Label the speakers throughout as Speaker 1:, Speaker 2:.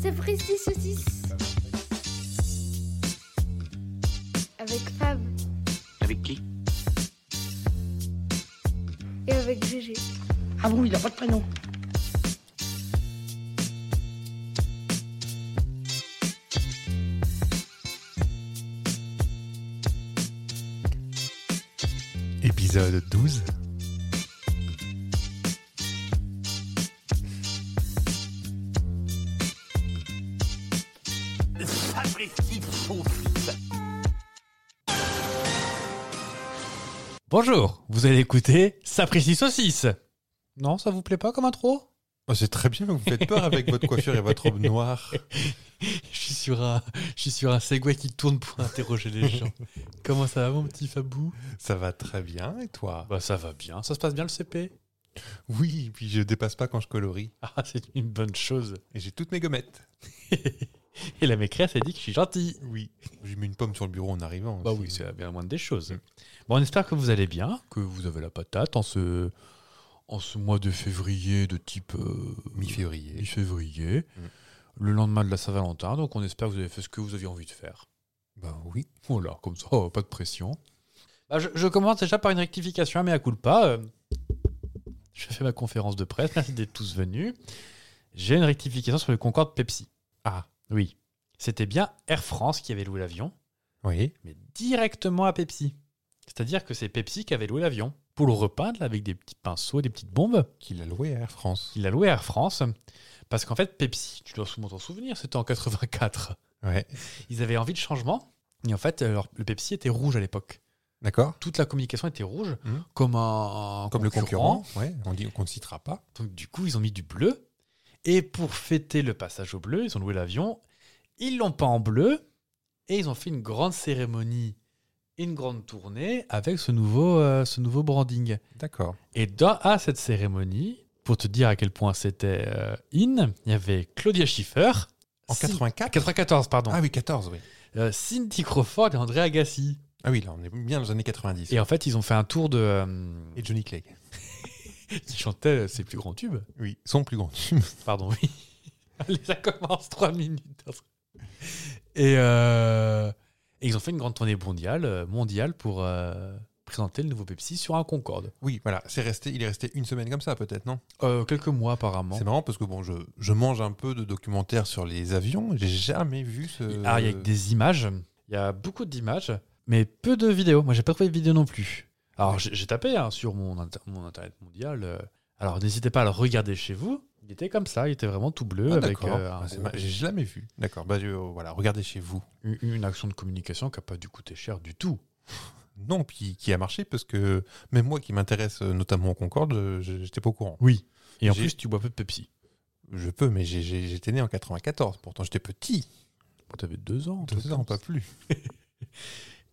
Speaker 1: C'est Fristi Saucisse. Avec Fab
Speaker 2: Avec qui
Speaker 1: et avec Gégé.
Speaker 3: Ah bon, il a pas de prénom.
Speaker 4: Épisode 12.
Speaker 5: Bonjour, vous allez écouter Sapristi Saucisse. Non, ça vous plaît pas comme intro
Speaker 4: Oh, c'est très bien, vous faites peur avec votre coiffure et votre robe noire.
Speaker 5: Je suis sur un, je suis sur un segway qui tourne pour interroger les gens. Comment ça va mon petit Fabou
Speaker 4: Ça va très bien, et toi
Speaker 5: Bah ça va bien, ça se passe bien le CP.
Speaker 4: Oui, puis je dépasse pas quand je colorie.
Speaker 5: Ah, c'est une bonne chose.
Speaker 4: Et j'ai toutes mes gommettes.
Speaker 5: Et la maîtresse a dit que je suis gentil.
Speaker 4: Oui. J'ai mis une pomme sur le bureau en arrivant.
Speaker 5: Bah
Speaker 4: aussi.
Speaker 5: oui, c'est bien la moindre des choses. Mm. Bon, on espère que vous allez bien, que vous avez la patate en ce, en ce mois de février de type euh,
Speaker 4: Mi-février.
Speaker 5: mi-février,
Speaker 4: Mm.
Speaker 5: le lendemain de la Saint-Valentin. Donc on espère que vous avez fait ce que vous aviez envie de faire.
Speaker 4: Bah oui.
Speaker 5: Voilà, comme ça, euh, pas de pression. Bah, je, je commence déjà par une rectification, mais à coup pas. euh, je fais ma conférence de presse, merci d'être tous venus. J'ai une rectification sur le Concorde Pepsi.
Speaker 4: Ah.
Speaker 5: Oui. C'était bien Air France qui avait loué l'avion,
Speaker 4: Oui.
Speaker 5: mais directement à Pepsi. C'est-à-dire que c'est Pepsi qui avait loué l'avion pour le repeindre avec des petits pinceaux, des petites bombes.
Speaker 4: Qu'il a loué à Air France.
Speaker 5: Il a loué à Air France parce qu'en fait, Pepsi, tu dois souvent t'en souvenir, c'était en 84.
Speaker 4: Ouais.
Speaker 5: Ils avaient envie de changement et en fait, leur- le Pepsi était rouge à l'époque.
Speaker 4: D'accord
Speaker 5: toute la communication était rouge,
Speaker 4: Mhm.
Speaker 5: Mmh. comme un, un
Speaker 4: Comme le concurrent. Ouais. On dit qu'on ne citera pas.
Speaker 5: Donc du coup, ils ont mis du bleu. Et pour fêter le passage au bleu, ils ont loué l'avion. Ils l'ont peint en bleu et ils ont fait une grande cérémonie, une grande tournée avec ce nouveau, euh, ce nouveau branding.
Speaker 4: D'accord.
Speaker 5: Et dans- à cette cérémonie, pour te dire à quel point c'était euh, in, il y avait Claudia Schiffer.
Speaker 4: En
Speaker 5: Cin-
Speaker 4: 84
Speaker 5: 94, pardon.
Speaker 4: Ah oui, 14, oui.
Speaker 5: Euh, Cindy Crawford et André Agassi.
Speaker 4: Ah oui, là, on est bien dans les années 90.
Speaker 5: Et en fait, ils ont fait un tour de... euh,
Speaker 4: Et Johnny Clegg.
Speaker 5: ils chantaient euh, ses plus grands tubes.
Speaker 4: Oui. Son plus grand tube.
Speaker 5: Pardon, oui. Allez, ça commence, 3 minutes. Et, euh, et ils ont fait une grande tournée mondiale, euh, mondiale pour euh, présenter le nouveau Pepsi sur un Concorde.
Speaker 4: Oui, voilà. C'est resté, il est resté une semaine comme ça, peut-être, non
Speaker 5: Euh, quelques mois apparemment.
Speaker 4: C'est marrant parce que bon, je, je mange un peu de documentaires sur les avions. J'ai jamais vu ce.
Speaker 5: Ah, il y a que des images. Il y a beaucoup d'images, mais peu de vidéos. Moi, j'ai pas trouvé de vidéo non plus. Alors, j'ai j'ai tapé hein, sur mon, inter- mon internet mondial. euh, alors, n'hésitez pas à le regarder chez vous. Il était comme ça, il était vraiment tout bleu
Speaker 4: Ah,
Speaker 5: avec
Speaker 4: d'accord.
Speaker 5: euh, un
Speaker 4: Ah, c'est
Speaker 5: gros
Speaker 4: ma- J'ai jamais vu. D'accord. Bah je- voilà, regardez chez vous.
Speaker 5: P- une une action de communication qui n'a pas dû coûter cher du tout.
Speaker 4: Non, puis qui a marché parce que même moi qui m'intéresse euh, notamment au Concorde, euh, je- j'étais pas au courant.
Speaker 5: Oui. Et en
Speaker 4: J'ai-
Speaker 5: plus, tu bois peu de Pepsi.
Speaker 4: Je peux, mais j'ai- j'ai- j'étais né en 94. Pourtant, j'étais petit.
Speaker 5: Bon, T'avais deux ans. toi.
Speaker 4: Deux ans, pas plus.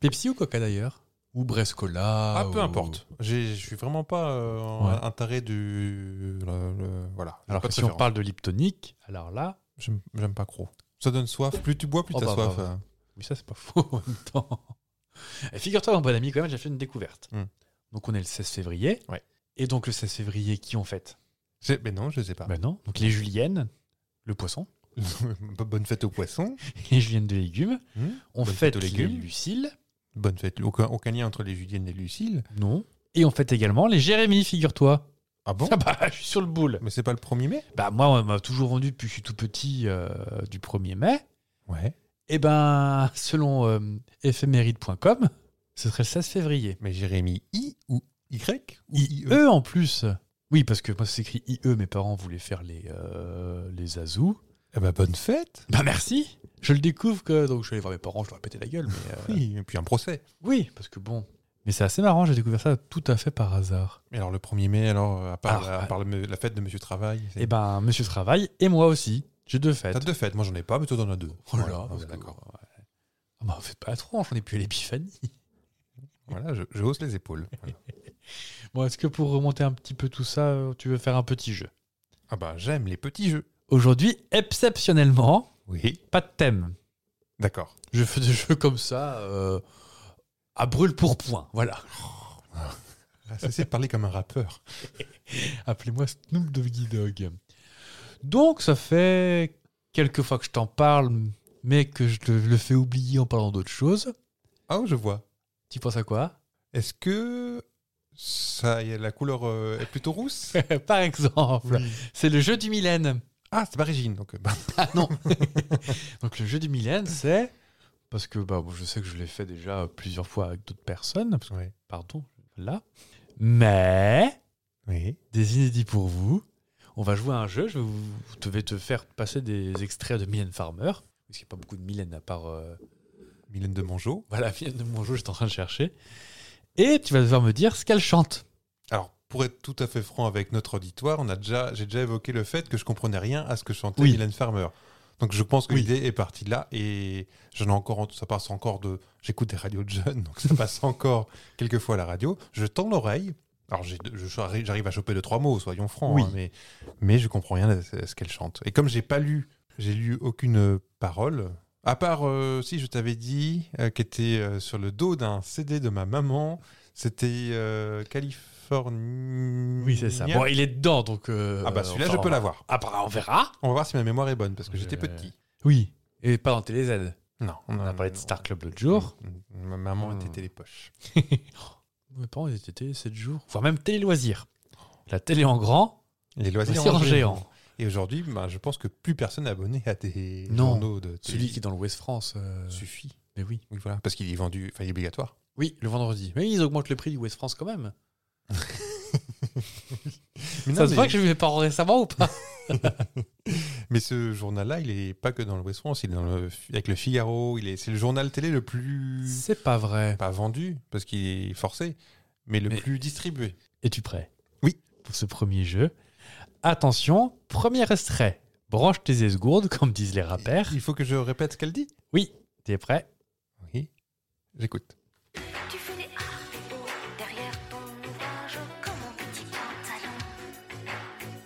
Speaker 5: Pepsi ou Coca d'ailleurs Ou Brescola
Speaker 4: Ah, peu
Speaker 5: ou-
Speaker 4: importe. J'ai- Je suis vraiment pas euh, en-
Speaker 5: oh. Ouais.
Speaker 4: un taré du. le- le- voilà. J'ai
Speaker 5: Alors
Speaker 4: pas
Speaker 5: que
Speaker 4: de
Speaker 5: si on
Speaker 4: préférence.
Speaker 5: parle de Liptonique, alors là,
Speaker 4: J'aime j'aime pas trop. Ça donne soif. Plus tu bois, plus
Speaker 5: Oh,
Speaker 4: t'as
Speaker 5: bah,
Speaker 4: soif.
Speaker 5: bah, bah.
Speaker 4: euh.
Speaker 5: oui ça c'est pas faux en même temps. Et Figure-toi mon bon ami quand même, j'ai fait une découverte.
Speaker 4: Hmm.
Speaker 5: Donc on est le 16 février.
Speaker 4: Ouais.
Speaker 5: Et donc le 16 février, qui on fête
Speaker 4: J'ai- Mais non, je sais pas.
Speaker 5: Ben non, donc les juliennes, le poisson,
Speaker 4: Bonne fête aux poissons.
Speaker 5: les juliennes de légumes.
Speaker 4: Hmm.
Speaker 5: On
Speaker 4: Bonne
Speaker 5: fête
Speaker 4: fête aux
Speaker 5: les
Speaker 4: légumes.
Speaker 5: Lucille.
Speaker 4: Bonne fête. Aucun, aucun lien entre les Juliennes et Lucille.
Speaker 5: Non. Et on fête également les Jérémy, figure-toi.
Speaker 4: Ah bon
Speaker 5: Ah bah, je suis sur le boule.
Speaker 4: Mais c'est pas le 1er mai
Speaker 5: Bah moi, on m'a toujours vendu depuis que je suis tout petit euh, du 1er mai.
Speaker 4: Ouais.
Speaker 5: Eh ben, selon euh, éphéméride.com, ce serait le 16 février.
Speaker 4: Mais Jérémy I ou Y ou E.
Speaker 5: IE en plus. Oui, parce que moi, c'est écrit IE, E, mes parents voulaient faire les, euh, les azous.
Speaker 4: Eh ben, bonne fête
Speaker 5: Bah merci Je le découvre que. Donc, je suis allé voir mes parents, je leur ai pété la gueule. Mais, euh,
Speaker 4: Oui, et puis un procès.
Speaker 5: oui, parce que bon. Mais c'est assez marrant, j'ai découvert ça tout à fait par hasard.
Speaker 4: Mais alors le 1er mai, alors, euh, à part,
Speaker 5: Alors,
Speaker 4: à part le me- la fête de Monsieur Travail c'est-
Speaker 5: Eh ben, monsieur travaille et moi aussi. J'ai deux fêtes.
Speaker 4: T'as deux fêtes, moi j'en ai pas, mais toi t'en as deux.
Speaker 5: Oh là
Speaker 4: Voilà,
Speaker 5: là,
Speaker 4: ah,
Speaker 5: parce que-
Speaker 4: d'accord.
Speaker 5: ouais. Ah bah, on fait pas trop, j'en ai plus à l'épiphanie.
Speaker 4: Voilà, je, je hausse les épaules. Voilà.
Speaker 5: Bon, est-ce que pour remonter un petit peu tout ça, euh, tu veux faire un petit jeu
Speaker 4: Ah bah j'aime les petits jeux.
Speaker 5: Aujourd'hui, exceptionnellement,
Speaker 4: Oui.
Speaker 5: pas de thème.
Speaker 4: D'accord.
Speaker 5: Je fais des jeux comme ça euh, à brûle pour point. Voilà.
Speaker 4: Ah, ça, c'est de parler comme un rappeur.
Speaker 5: Appelez-moi Snoop Doggy Dog. Donc, ça fait quelques fois que je t'en parle, mais que je te le fais oublier en parlant d'autre chose.
Speaker 4: Ah, je vois.
Speaker 5: Tu penses à quoi
Speaker 4: Est-ce que ça, y a- la couleur euh, est plutôt rousse
Speaker 5: Par exemple, c'est le jeu du Mylène.
Speaker 4: Ah, c'est pas Régine. Donc, euh, bah,
Speaker 5: Donc le jeu du Mylène, c'est parce que bah, bon, je sais que je l'ai fait déjà plusieurs fois avec d'autres personnes. parce que-
Speaker 4: ouais.
Speaker 5: Pardon, là. Mais
Speaker 4: Oui.
Speaker 5: des inédits pour vous. On va jouer à un jeu. Je vais vous, je vais te faire passer des extraits de Mylène Farmer. Parce qu'il n'y a pas beaucoup de Mylène à part. euh,
Speaker 4: Mylène de Mongeau.
Speaker 5: voilà, Mylène de Mongeau, j'étais en train de chercher. Et tu vas devoir me dire ce qu'elle chante.
Speaker 4: Alors, pour être tout à fait franc avec notre auditoire, on a déjà, j'ai déjà évoqué le fait que je comprenais rien à ce que chantait
Speaker 5: Oui.
Speaker 4: Mylène Farmer. Donc, je pense que
Speaker 5: Oui.
Speaker 4: l'idée est partie de là et j'en ai encore, ça passe encore de, j'écoute des radios de jeunes, donc ça passe encore quelques fois à la radio. Je tends l'oreille. Alors, j'ai- je- j'arrive j'arrive à choper deux, trois mots, soyons francs,
Speaker 5: Oui.
Speaker 4: hein, mais, mais je comprends rien à ce à ce qu'elle chante. Et comme j'ai pas lu, j'ai lu aucune euh, parole, à part, euh, si je t'avais dit, euh, qui était euh, sur le dos d'un CD de ma maman, c'était euh, Californie.
Speaker 5: Oui, c'est ça. Bon, il est dedans, donc. euh,
Speaker 4: ah bah celui-là,
Speaker 5: enfin,
Speaker 4: je peux l'avoir.
Speaker 5: Ah bah, on verra.
Speaker 4: On va voir si ma mémoire est bonne, parce que j'étais
Speaker 5: Je-
Speaker 4: petit.
Speaker 5: Oui. Et pas dans Télé Z.
Speaker 4: Non,
Speaker 5: On
Speaker 4: Mm,
Speaker 5: a parlé de Star Club l'autre jour.
Speaker 4: Ma maman
Speaker 5: Hmm.
Speaker 4: était télépoche.
Speaker 5: Mes parents, ils étaient télé 7 jours. Voire même télé loisirs. La télé en grand,
Speaker 4: Les loisirs
Speaker 5: loisirs Mm. Bah, en géant.
Speaker 4: Et aujourd'hui, bah, je pense que plus personne n'est abonné à des
Speaker 5: Non.
Speaker 4: journaux de
Speaker 5: Celui qui est
Speaker 4: télévision.
Speaker 5: dans l'Ouest France. euh,
Speaker 4: suffit.
Speaker 5: Mais oui.
Speaker 4: Oui, voilà, parce qu'il est vendu, enfin, il est obligatoire.
Speaker 5: Oui, le vendredi. Mais ils augmentent le prix du West France quand même.
Speaker 4: Mais
Speaker 5: ça
Speaker 4: non,
Speaker 5: se
Speaker 4: mais-
Speaker 5: voit que j'ai vu mes parents récemment ou pas
Speaker 4: Mais ce journal-là, il est pas que dans le West France, il est dans le, avec le Figaro. Il est, c'est le journal télé le plus
Speaker 5: C'est pas vrai.
Speaker 4: pas vendu parce qu'il est forcé, mais le
Speaker 5: Mais-
Speaker 4: plus distribué.
Speaker 5: Es-tu prêt
Speaker 4: Oui.
Speaker 5: Pour ce premier jeu. Attention, premier extrait. Branche tes esgourdes, comme disent les rappeurs.
Speaker 4: Il faut que je répète ce qu'elle dit.
Speaker 5: Oui, t'es prêt
Speaker 4: Oui, j'écoute.
Speaker 2: Tu fais des haricots derrière ton ouvrage comme un petit pantalon.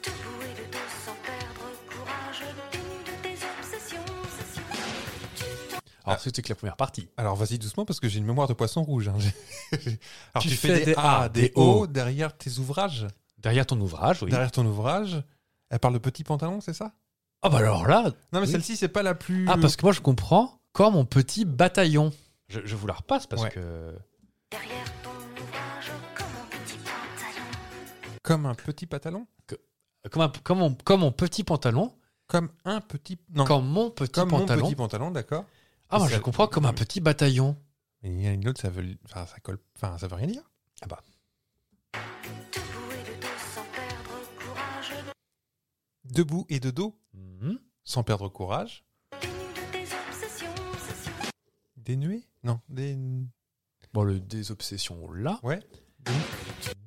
Speaker 2: Tout boué de dos sans perdre courage, dénu de tes obsessions. Tu t'en
Speaker 5: Alors,
Speaker 4: Ah.
Speaker 5: c'était que la première partie.
Speaker 4: Alors vas-y doucement parce que j'ai une mémoire de poisson rouge. hein. J'ai- Alors
Speaker 5: Tu
Speaker 4: tu,
Speaker 5: fais
Speaker 4: fais, des,
Speaker 5: des
Speaker 4: A,
Speaker 5: A,
Speaker 4: des
Speaker 5: des O.
Speaker 4: O derrière tes ouvrages,
Speaker 5: Derrière ton ouvrage, oui.
Speaker 4: derrière ton ouvrage. Elle parle de petit pantalon, c'est ça
Speaker 5: Ah bah alors là
Speaker 4: Non mais
Speaker 5: Oui.
Speaker 4: celle-ci c'est pas la plus.
Speaker 5: Ah, parce que moi, je comprends quand mon petit bataillon. Je, je vous la repasse parce
Speaker 4: Ouais.
Speaker 5: que...
Speaker 2: derrière ton ouvrage comme un petit pantalon.
Speaker 4: comme un petit pantalon,
Speaker 5: Comme, un- comme, mon, comme mon petit pantalon.
Speaker 4: comme un petit non
Speaker 5: Comme mon petit
Speaker 4: comme
Speaker 5: pantalon.
Speaker 4: mon petit pantalon, d'accord.
Speaker 5: Ah, moi,
Speaker 4: Ça-
Speaker 5: je comprends comme un petit bataillon.
Speaker 4: Mais il y en a une autre, ça veut, enfin ça colle, enfin ça veut rien dire.
Speaker 2: Tout boué de dos sans perdre courage,
Speaker 4: Debout et de dos,
Speaker 5: Mhm.
Speaker 4: sans perdre courage.
Speaker 2: dénu de tes obsessions. obsessions.
Speaker 4: Dénué Non, des
Speaker 5: Bon, le des obsessions là.
Speaker 4: Ouais.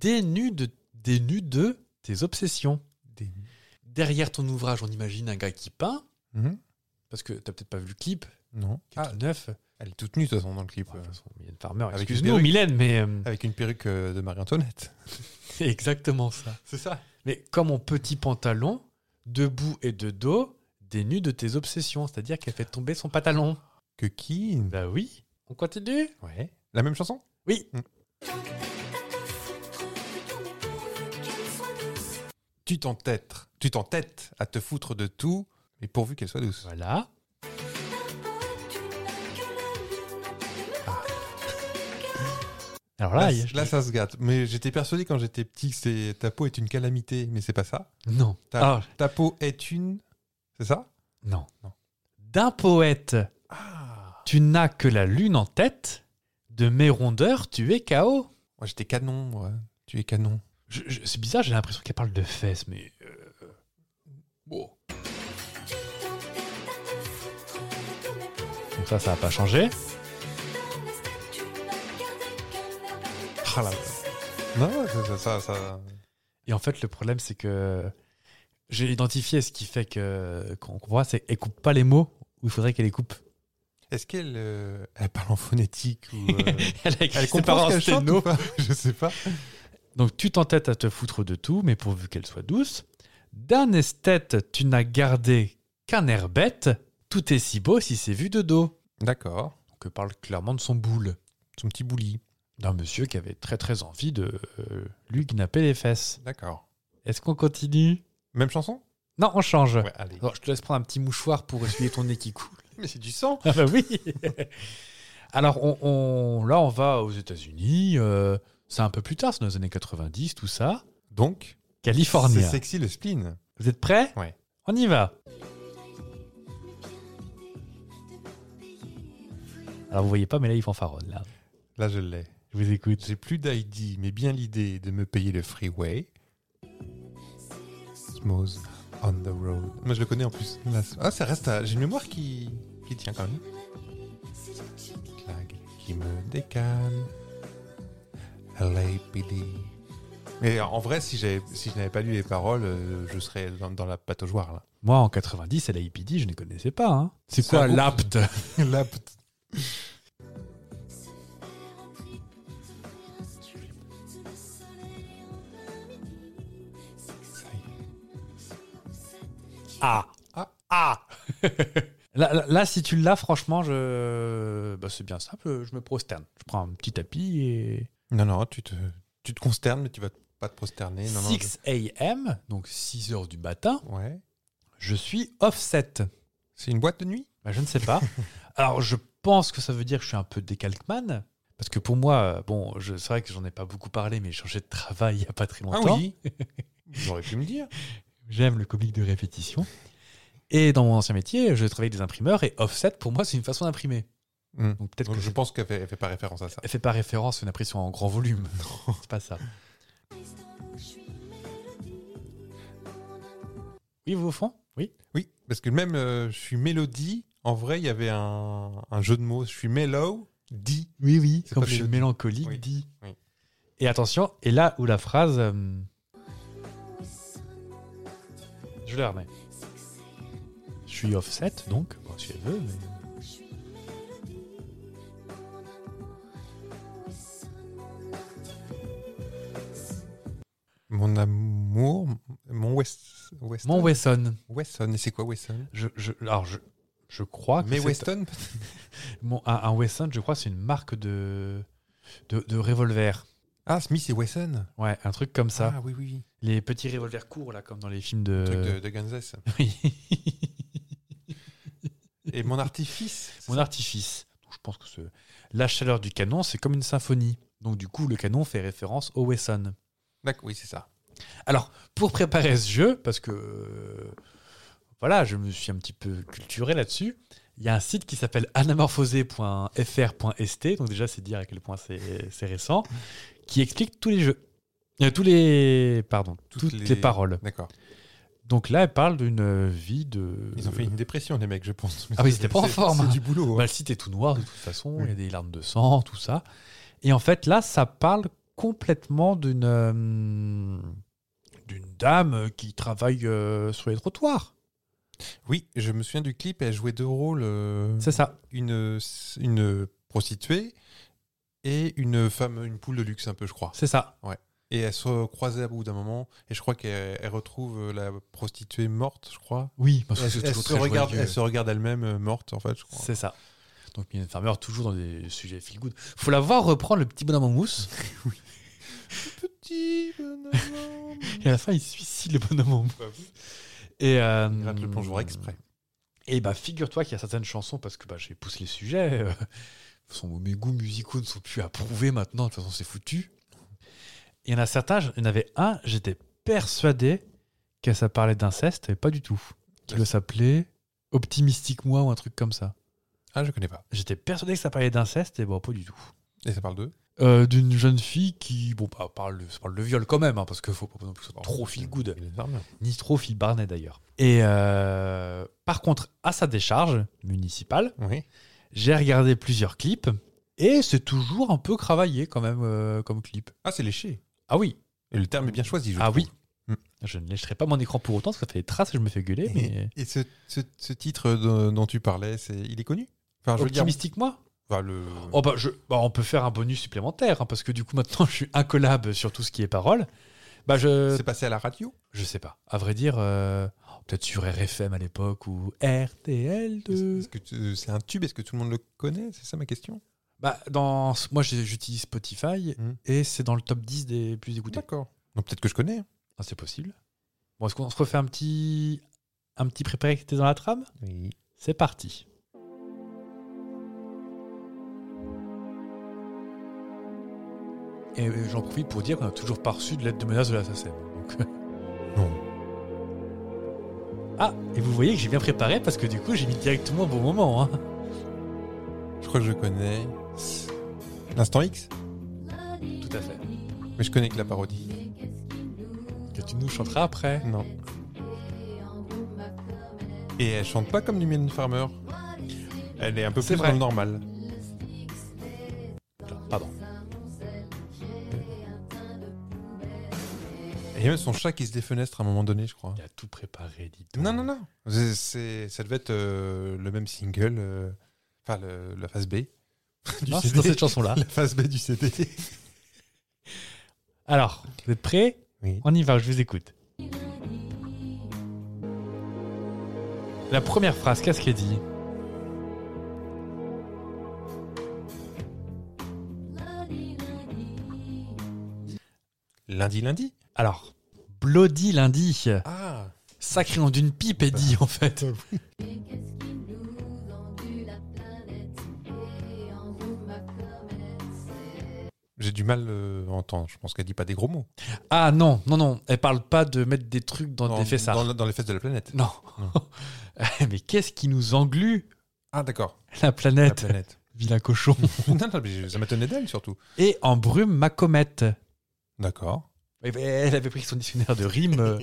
Speaker 5: Dénu de, dénu de tes obsessions.
Speaker 4: des-
Speaker 5: Derrière ton ouvrage, on imagine un gars qui peint,
Speaker 4: Mhm.
Speaker 5: parce que t'as peut-être pas vu le clip,
Speaker 4: Non.
Speaker 5: qui est tout neuf.
Speaker 4: Elle est toute nue de toute façon dans le clip,
Speaker 5: Enfin, Bah, de
Speaker 4: euh,
Speaker 5: toute façon, Mylène Farmer,
Speaker 4: Avec une
Speaker 5: excuse-nous,
Speaker 4: perruque.
Speaker 5: Mylène, mais euh,
Speaker 4: avec une perruque euh, de Marie-Antoinette.
Speaker 5: c'est exactement ça.
Speaker 4: C'est ça.
Speaker 5: Mais comme mon petit pantalon, debout et de dos, dénu de tes obsessions, c'est-à-dire qu'elle fait tomber son pantalon.
Speaker 4: Que qui
Speaker 5: Bah oui. On continue
Speaker 4: Ouais. La même chanson
Speaker 5: Oui.
Speaker 2: Tant que t'as te foutre de tout, mais pourvu qu'elle soit douce.
Speaker 4: Tu t'entêtes, tu t'entêtes à te foutre de tout, mais pourvu qu'elle soit douce.
Speaker 5: Voilà. Alors là,
Speaker 4: Là,
Speaker 5: il y a-
Speaker 4: là, ça se gâte. Mais j'étais persuadé quand j'étais petit que c'est ta peau est une calamité, mais c'est pas ça.
Speaker 5: non.
Speaker 4: Ta,
Speaker 5: Ah,
Speaker 4: ta peau est une, c'est ça
Speaker 5: Non.
Speaker 4: Non.
Speaker 5: D'un poète,
Speaker 4: Ah.
Speaker 5: tu n'as que la lune en tête. De mes rondeurs, tu es KO.
Speaker 4: Moi j'étais canon, moi. Tu es canon.
Speaker 5: Je- je- c'est bizarre, j'ai l'impression qu'elle parle de fesses, mais. euh, bon. Donc ça, ça n'a pas changé.
Speaker 4: Ah là là. Non, ça, ça, ça, ça-
Speaker 5: Et en fait, le problème, c'est que j'ai identifié ce qui fait que qu'on voit, c'est qu'elle coupe pas les mots où il faudrait qu'elle les coupe.
Speaker 4: Est-ce qu'elle euh, elle parle en phonétique ou euh,
Speaker 5: Elle, a écrit
Speaker 4: elle
Speaker 5: ses
Speaker 4: comprend
Speaker 5: paroles
Speaker 4: ce
Speaker 5: en
Speaker 4: qu'elle chante
Speaker 5: sténo.
Speaker 4: ou pas Je sais pas.
Speaker 5: Donc tu t'entêtes à te foutre de tout, mais pourvu qu'elle soit douce. D'un esthète, tu n'as gardé qu'un air bête. Tout est si beau si c'est vu de dos.
Speaker 4: D'accord.
Speaker 5: Donc elle parle clairement de son boule.
Speaker 4: Son petit bouli.
Speaker 5: D'un monsieur qui avait très très envie de euh, lui gnapper les fesses.
Speaker 4: D'accord.
Speaker 5: Est-ce qu'on continue
Speaker 4: Même chanson
Speaker 5: Non, on change.
Speaker 4: Ouais, allez.
Speaker 5: Bon, je te laisse prendre un petit mouchoir pour essuyer ton nez qui coule.
Speaker 4: Mais c'est du sang.
Speaker 5: Ah bah oui Alors on, on- là, on va aux États-Unis. euh, c'est un peu plus tard, c'est dans les années 90, tout ça.
Speaker 4: Donc,
Speaker 5: Californie.
Speaker 4: c'est sexy le spleen.
Speaker 5: Vous êtes prêts
Speaker 4: Ouais.
Speaker 5: On y va. Alors vous voyez pas, mais là, ils fanfaronnent. Là.
Speaker 4: Là, je l'ai.
Speaker 5: Je vous écoute.
Speaker 4: J'ai plus d'ID, mais bien l'idée de me payer le freeway. Smooth on the road. Moi, je le connais en plus. Là, c'est- ah, ça reste. à- J'ai une mémoire qui, qui tient quand même. Clague qui me décale. LAPD. Mais en vrai, si, j'avais- si je n'avais pas lu les paroles, euh, je serais dans, dans la pataugeoire, là.
Speaker 5: Moi, en 90, à la IPD, je ne connaissais pas. hein. C'est
Speaker 4: C'est
Speaker 5: quoi
Speaker 4: un groupe.
Speaker 5: l'apte
Speaker 4: Là, peut-
Speaker 5: Ah
Speaker 4: Ah.
Speaker 5: Ah Là, là- là, si tu l'as, franchement, je... bah, c'est bien simple, je me prosterne. Je prends un petit tapis et...
Speaker 4: Non, non, tu te, tu te consternes, mais tu vas pas te prosterner. Non, non,
Speaker 5: 6 a.m., donc 6 heures du matin,
Speaker 4: je- Ouais.
Speaker 5: je suis offset.
Speaker 4: C'est une boîte de nuit
Speaker 5: Bah, je ne sais pas. Alors, je pense que ça veut dire que je suis un peu décalcman, parce que pour moi, euh, bon, je- c'est vrai que j'en ai pas beaucoup parlé, mais j'ai changé de travail il n'y a pas très
Speaker 4: Ah
Speaker 5: longtemps.
Speaker 4: J'aurais pu me dire.
Speaker 5: J'aime le comique de répétition. Et dans mon ancien métier, je travaillais avec des imprimeurs, et offset, pour moi, c'est une façon d'imprimer.
Speaker 4: Hmm.
Speaker 5: Donc peut-être que
Speaker 4: je
Speaker 5: je
Speaker 4: pense qu'elle fait, elle fait pas référence à ça.
Speaker 5: Elle fait pas référence à une impression en grand volume. c'est pas ça. Oui, vous au fond Oui.
Speaker 4: Oui, parce que même euh, je suis mélodie, en vrai, il y avait un, un jeu de mots. Je suis mellow, dit.
Speaker 5: Oui, oui.
Speaker 4: C'est
Speaker 5: Comme
Speaker 4: pas
Speaker 5: je suis
Speaker 4: mélodie.
Speaker 5: mélancolique,
Speaker 4: Oui,
Speaker 5: dit.
Speaker 4: oui.
Speaker 5: Et attention, et là où la phrase. euh, Je la remets. Je suis offset, donc, bon, si elle veut, mais.
Speaker 4: Mon amour, mon West, Weston.
Speaker 5: Mon Wesson.
Speaker 4: Weston. Et c'est quoi Weston
Speaker 5: Je, je- alors, je, je crois que.
Speaker 4: Mais
Speaker 5: c'est-
Speaker 4: Weston
Speaker 5: Mon- un, un Wesson, je crois, c'est une marque de, de, de revolver.
Speaker 4: Ah, Smith et Wesson.
Speaker 5: Ouais, un truc comme ça. Euh.
Speaker 4: Ah oui, oui.
Speaker 5: Les petits revolvers courts, là, comme dans les films de.
Speaker 4: oui. Truc de, de Guns N' Roses.
Speaker 5: Oui.
Speaker 4: Et mon artifice. c'est
Speaker 5: Mon
Speaker 4: ça
Speaker 5: artifice. Donc, je pense que ce- la chaleur du canon, c'est comme une symphonie. Donc, du coup, le canon fait référence au Wesson.
Speaker 4: D'accord, oui, c'est ça.
Speaker 5: Alors, pour préparer ce jeu, parce que. euh, Voilà, je me suis un petit peu culturé là-dessus. Il y a un site qui s'appelle anamorphosé.fr.st, donc déjà c'est dire à quel point c'est c'est récent, qui explique tous les jeux, Euh, tous les, pardon, toutes,
Speaker 4: Toutes
Speaker 5: les...
Speaker 4: les-
Speaker 5: paroles.
Speaker 4: D'accord.
Speaker 5: Donc là, elle parle d'une euh, vie de.
Speaker 4: Ils ont fait une dépression, les mecs, je pense. Mais
Speaker 5: Ah oui, ils
Speaker 4: c'est-
Speaker 5: étaient pas en
Speaker 4: c'est-
Speaker 5: forme.
Speaker 4: C'est du boulot.
Speaker 5: Bah,
Speaker 4: hein.
Speaker 5: le site est tout noir de toute façon, il y a des larmes de sang, tout ça. Et en fait, là, ça parle complètement d'une euh, d'une dame qui travaille euh, sur les trottoirs.
Speaker 4: Oui, je me souviens du clip, elle jouait deux rôles. euh,
Speaker 5: C'est ça.
Speaker 4: une, une prostituée et une femme, une poule de luxe un peu, je crois.
Speaker 5: C'est ça.
Speaker 4: Et elles se croisaient à bout d'un moment, et je crois qu'elle elle retrouve euh, la prostituée morte, je crois.
Speaker 5: Oui,
Speaker 4: Elle, elle se regarde, elle se regarde elle-même euh, morte, en fait, je crois.
Speaker 5: C'est ça. Donc, Mylène Farmer, toujours dans des sujets feel good. Faut la voir reprendre le petit bonhomme en mousse.
Speaker 4: Petit bonhomme.
Speaker 5: Et à la fin, il suicide le bonhomme en mousse. Et, euh,
Speaker 4: Il rate le plongeoir exprès.
Speaker 5: Et bah figure-toi qu'il y a certaines chansons, parce que bah, j'ai poussé les sujets, euh, sont- mes goûts musicaux ne sont plus approuvés maintenant, de toute façon c'est foutu. Il y en a certains, il y en avait un, j'étais persuadé que ça parlait d'inceste, et pas du tout. Qu'il s'appelait Optimistique Moi ou un truc comme ça.
Speaker 4: Ah, je connais pas.
Speaker 5: J'étais persuadé que ça parlait d'inceste, et bon, pas du tout.
Speaker 4: Et ça parle d'eux
Speaker 5: Euh, D'une jeune fille qui, bon, bah, parle, ça parle de viol quand même, hein, parce qu'il faut pas non plus que ce soit trop
Speaker 4: Oh,
Speaker 5: feel good
Speaker 4: Mylène Farmer.
Speaker 5: ni trop Phil Barnet d'ailleurs. Et euh, par contre, à sa décharge municipale,
Speaker 4: Oui.
Speaker 5: j'ai regardé plusieurs clips et c'est toujours un peu travaillé quand même euh, comme clip.
Speaker 4: Ah, c'est léché.
Speaker 5: Ah oui,
Speaker 4: Et le terme est bien choisi, je
Speaker 5: ah
Speaker 4: trouve.
Speaker 5: oui. Je ne lècherai pas mon écran pour autant parce que ça fait des traces et je me fais gueuler. Mais
Speaker 4: Et, et ce, ce- ce titre de- dont tu parlais, c'est il est connu Enfin, je veux dire,
Speaker 5: optimistique moi.
Speaker 4: enfin, le...
Speaker 5: Oh bah, je, bah, on peut faire un bonus supplémentaire hein, parce que du coup maintenant je suis incollable sur tout ce qui est parole. Bah je
Speaker 4: c'est passé à la radio
Speaker 5: je sais pas. À vrai dire, euh, peut-être sur RFM à l'époque ou RTL de.
Speaker 4: Est-ce que tu- c'est un tube Est-ce que tout le monde le connaît C'est ça ma question.
Speaker 5: Bah, dans, moi, j'ai- j'utilise Spotify
Speaker 4: Mm.
Speaker 5: et c'est dans le top 10 des plus écoutés.
Speaker 4: D'accord. Donc peut-être que je connais. hein.
Speaker 5: Ah, c'est possible. Bon, est-ce qu'on se refait un petit, un petit préparé qui était dans la trame
Speaker 4: Oui.
Speaker 5: C'est parti. Et euh, j'en profite pour dire qu'on n'a toujours pas reçu de lettre de menace de l'assassin. Donc... euh.
Speaker 4: Non.
Speaker 5: Ah, et vous voyez que j'ai bien préparé parce que du coup j'ai mis directement au bon moment. hein.
Speaker 4: Je crois que je connais. L'instant X
Speaker 5: Tout à fait.
Speaker 4: Mais je connais que la parodie.
Speaker 5: Que tu nous chanteras après.
Speaker 4: Non. Et elle chante pas comme du Mylène Farmer. Elle est un peu
Speaker 5: C'est
Speaker 4: plus
Speaker 5: vrai.
Speaker 4: dans le normal.
Speaker 5: Non, Pardon.
Speaker 4: Et il y a même son chat qui se défenestre à un moment donné, je crois.
Speaker 5: Il a tout préparé, dit
Speaker 4: Non, non, non. C'est- c'est- ça devait être euh, le même single. euh, Enfin, le- la phase B. du
Speaker 5: Non, c'est
Speaker 4: CD.
Speaker 5: dans cette chanson-là.
Speaker 4: La phase B du CD.
Speaker 5: Alors, vous êtes prêts
Speaker 4: Oui.
Speaker 5: On y va, je vous écoute. La première phrase, qu'est-ce qu'elle dit
Speaker 4: Lundi, lundi.
Speaker 5: Alors, Bloody lundi,
Speaker 4: Ah
Speaker 5: sacré nom d'une pipe, elle dit en fait.
Speaker 4: J'ai du mal euh, à entendre. Je pense qu'elle dit pas des gros mots.
Speaker 5: Ah non, non, non, elle parle pas de mettre des trucs dans,
Speaker 4: Dans-
Speaker 5: des fessards.
Speaker 4: dans, dans les fesses de la planète.
Speaker 5: Non.
Speaker 4: Non.
Speaker 5: Mais qu'est-ce qui nous englue
Speaker 4: Ah, d'accord.
Speaker 5: la
Speaker 4: La
Speaker 5: planète,
Speaker 4: planète.
Speaker 5: vilain cochon
Speaker 4: non, non, mais ça m'étonnait d'elle surtout.
Speaker 5: Et embrume ma comète.
Speaker 4: D'accord.
Speaker 5: Eh ben, Elle avait pris son dictionnaire de rimes. euh.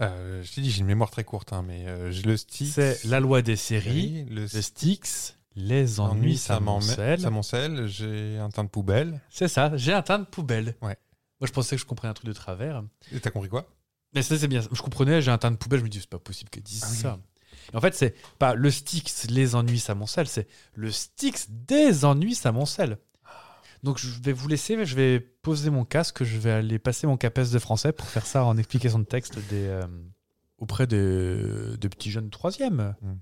Speaker 4: Euh, je t'ai dit, j'ai une mémoire très courte, hein, mais euh, j'ai le style.
Speaker 5: C'est la loi des séries.
Speaker 4: série. Le
Speaker 5: Le
Speaker 4: style.
Speaker 5: Styx, les ennuis,
Speaker 4: Ennui,
Speaker 5: ça
Speaker 4: ça
Speaker 5: m'emmène.
Speaker 4: m'emmène. Ça m'enselle. J'ai un teint de poubelle.
Speaker 5: C'est ça, j'ai un teint de poubelle.
Speaker 4: Ouais.
Speaker 5: Moi, je pensais que je comprenais un truc de travers.
Speaker 4: Et T'as compris quoi
Speaker 5: Mais ça, c'est bien. Je comprenais, j'ai un teint de poubelle, je me dis, c'est pas possible qu'elle dise
Speaker 4: Ah oui.
Speaker 5: ça. Et en fait, c'est pas le Styx, les ennuis, ça m'encelle, c'est le Styx des ennuis, ça m'encelle. Donc, je vais vous laisser, je vais poser mon casque, je vais aller passer mon CAPES de français pour faire ça en explication de texte des, euh, auprès de, de petits jeunes troisième.
Speaker 4: Mm.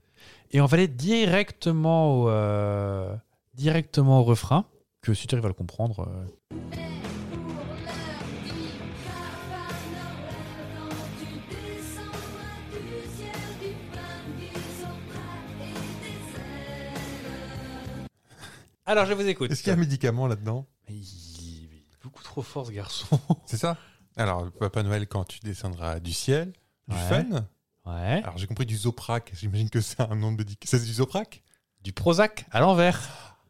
Speaker 5: Et on va aller directement au, euh, directement au refrain, que si tu arrives à le comprendre. euh, Alors, je vous écoute.
Speaker 4: Est-ce qu'il y a un médicament là-dedans
Speaker 5: Mais il il est beaucoup trop fort, ce garçon.
Speaker 4: C'est ça Alors, le Papa Noël, quand tu descendras du ciel, du
Speaker 5: Ouais.
Speaker 4: fun.
Speaker 5: Ouais.
Speaker 4: Alors, j'ai compris du Zoprac. J'imagine que c'est un nom de médicament. C'est du Zoprac
Speaker 5: Du Prozac à l'envers.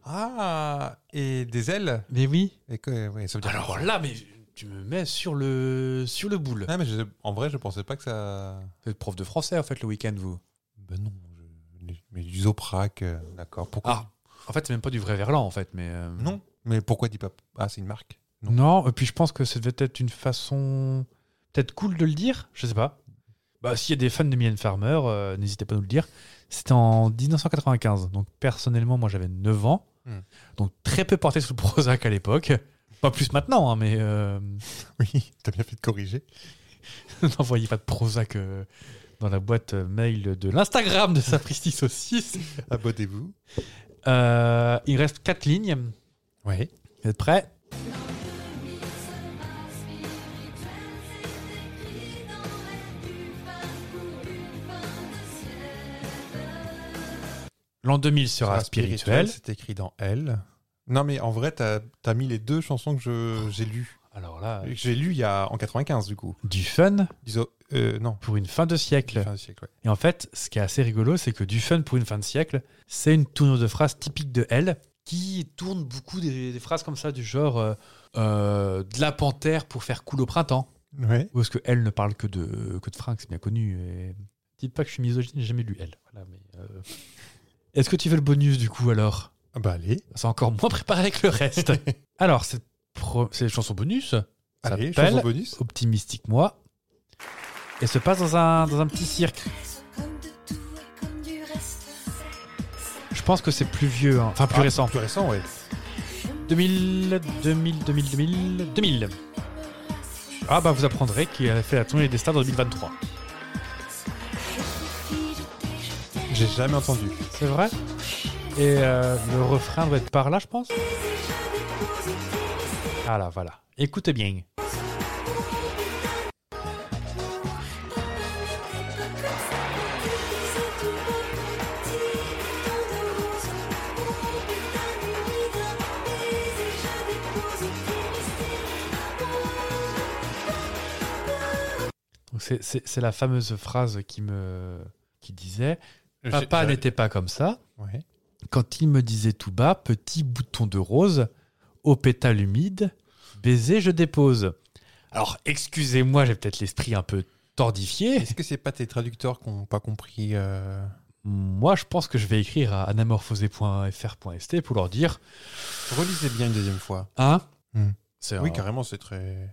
Speaker 4: Ah Et des ailes
Speaker 5: Mais oui.
Speaker 4: Et que- ouais, ça veut dire-
Speaker 5: Alors là, mais tu me mets sur le sur le boule.
Speaker 4: Ah, mais je- en vrai, je pensais pas que ça.
Speaker 5: Vous êtes prof de français en fait le week-end vous.
Speaker 4: Ben non. je- Mais du Zoprac, euh, d'accord. Pourquoi
Speaker 5: Ah. En fait, c'est même pas du vrai verlan en fait, mais euh,
Speaker 4: Non. Mais pourquoi dis pas. Ah, c'est une marque
Speaker 5: non. Et puis je pense que ça devait être une façon peut-être cool de le dire. Je sais pas. Bah s'il y a des fans de Mylène Farmer, euh, n'hésitez pas à nous le dire. C'était en 1995. Donc personnellement, moi j'avais 9 ans.
Speaker 4: Hmm.
Speaker 5: Donc très peu porté sous le Prozac à l'époque. Pas plus maintenant, hein, mais euh,
Speaker 4: Oui, t'as bien fait de corriger.
Speaker 5: N'envoyez pas de Prozac euh, dans la boîte euh, mail de l'Instagram de Sapristi Saucisse.
Speaker 4: Abonnez-vous.
Speaker 5: Euh, il reste 4 lignes.
Speaker 4: Oui.
Speaker 5: Vous êtes prêts L'an 2000 sera spirituel.
Speaker 4: C'est écrit dans L. Non, mais en vrai, t'as as mis les deux chansons que je- j'ai lues.
Speaker 5: Alors là,
Speaker 4: Que J'ai lues il y a, en 95, du coup.
Speaker 5: du fun
Speaker 4: Du Zo- euh, non.
Speaker 5: pour une fin de siècle.
Speaker 4: Fin du siècle, ouais.
Speaker 5: Et en fait, ce qui est assez rigolo, c'est que du fun pour une fin de siècle, c'est une tournure de phrase typique de elle qui tourne beaucoup des, des phrases comme ça du genre euh, euh, de la panthère pour faire cool au printemps.
Speaker 4: Ouais.
Speaker 5: Ou est-ce que elle ne parle que de, que de Franck, c'est bien connu. Et... Dites pas que je suis misogyne, j'ai jamais lu elle. Voilà, mais, euh, Est-ce que tu veux le bonus du coup alors
Speaker 4: Ah Bah allez,
Speaker 5: C'est encore moins préparé que le reste. alors, c'est pro- c'est une chanson bonus, Ça
Speaker 4: allez,
Speaker 5: s'appelle-
Speaker 4: chanson bonus.
Speaker 5: optimistique moi, et se passe dans un, dans un petit cirque.
Speaker 2: Comme de tout et comme du reste,
Speaker 5: Je pense que c'est plus vieux, hein. enfin plus
Speaker 4: Ah,
Speaker 5: récent.
Speaker 4: Plus récent, ouais.
Speaker 5: 2000, 2000, 2000, 2000, 2000. Ah bah vous apprendrez qu'il a fait la tournée des stars en 2023.
Speaker 2: je suis fille, je t'ai, je t'aime.
Speaker 4: J'ai jamais entendu.
Speaker 5: C'est vrai Et euh, le refrain doit être par là, je pense. Ah là, voilà. Écoutez bien. Donc c'est- C'est c'est la fameuse phrase qui me qui disait Papa n'était pas comme ça.
Speaker 4: Ouais.
Speaker 5: Quand il me disait tout bas, petit bouton de rose, au pétale humide, baiser je dépose. Alors, excusez-moi, j'ai peut-être l'esprit un peu tordifié.
Speaker 4: Est-ce que c'est pas tes traducteurs qui n'ont pas compris euh,
Speaker 5: Moi, je pense que je vais écrire à anamorphosé.fr.st pour leur dire
Speaker 4: Relisez bien une deuxième fois.
Speaker 5: Hein
Speaker 4: Hmm.
Speaker 5: C'est
Speaker 4: Oui,
Speaker 5: un-
Speaker 4: carrément, c'est très.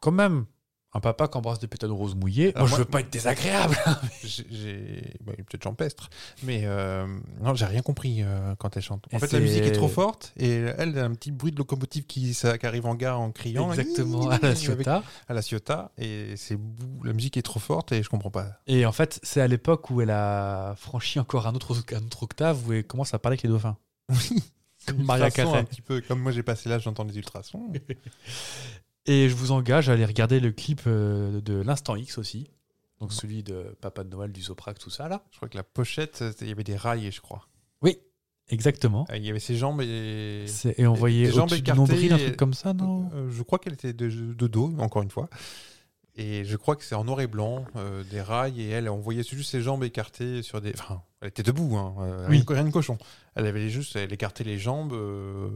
Speaker 5: quand même un papa qui embrasse des pétales roses mouillées. moi,
Speaker 4: Alors moi-
Speaker 5: je veux pas être désagréable.
Speaker 4: J'ai- J'ai. bon, il est Peut-être Jean Pestre. Mais euh, non, j'ai rien compris euh, quand elle chante. En
Speaker 5: Et
Speaker 4: fait, la
Speaker 5: c'est-
Speaker 4: musique est trop forte et elle a un petit bruit de locomotive qui, ça- qui arrive en gare en criant.
Speaker 5: Exactement, à la hein.
Speaker 4: Avec-
Speaker 5: Ciotat.
Speaker 4: à la Ciotat. Et c'est bou- la musique est trop forte et je comprends pas.
Speaker 5: Et en fait, c'est à l'époque où elle a franchi encore un autre, un autre octave où elle commence à parler avec les dauphins. Comme Maria
Speaker 4: Ultrasons,
Speaker 5: Carré.
Speaker 4: un petit peu. Comme moi, j'ai passé l'âge, j'entends les ultrasons.
Speaker 5: Et je vous engage à aller regarder le clip euh, de l'Instant X aussi. Donc celui de Papa de Noël, du Zoprac, tout ça là.
Speaker 4: je crois que la pochette, c'était- il y avait des rails, je crois.
Speaker 5: Oui, exactement.
Speaker 4: Euh, Il y avait ses jambes et.
Speaker 5: C'est- Et on
Speaker 4: des
Speaker 5: voyait
Speaker 4: jambes
Speaker 5: au-dessus du
Speaker 4: écartées
Speaker 5: nombril, un
Speaker 4: et-
Speaker 5: truc comme ça, non
Speaker 4: Euh, je crois qu'elle était de, de dos, encore une fois. Et je crois que c'est en noir et blanc, euh, des rails, et elle, on voyait juste ses jambes écartées sur des. Enfin, elle était debout, hein, euh,
Speaker 5: Oui.
Speaker 4: rien de- rien de cochon. Elle avait juste, elle écartait les jambes euh,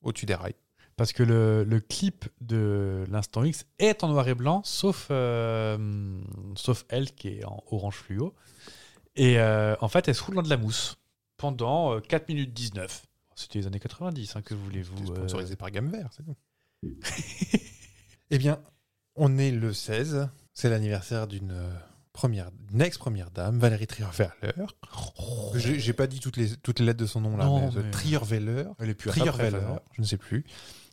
Speaker 4: au-dessus des rails.
Speaker 5: Parce que le, le clip de l'Instant X est en noir et blanc, sauf, euh, sauf elle qui est en orange fluo. Et euh, en fait, elle se roule dans de la mousse pendant euh, 4 minutes 19. C'était les années 90, hein, que
Speaker 4: C'était
Speaker 5: voulez-vous. euh,
Speaker 4: sponsorisé par Gamme Vert, c'est tout. eh bien, on est le 16, c'est l'anniversaire d'une euh, première, d'une ex-première dame, Valérie Trierweiler. J'ai j'ai pas dit toutes les, toutes les lettres de son nom là,
Speaker 5: Oh. Non,
Speaker 4: mais, euh,
Speaker 5: mais-
Speaker 4: Trierweiler.
Speaker 5: Elle est plus à sa
Speaker 4: Trierweiler,
Speaker 5: préférence.
Speaker 4: je ne sais plus,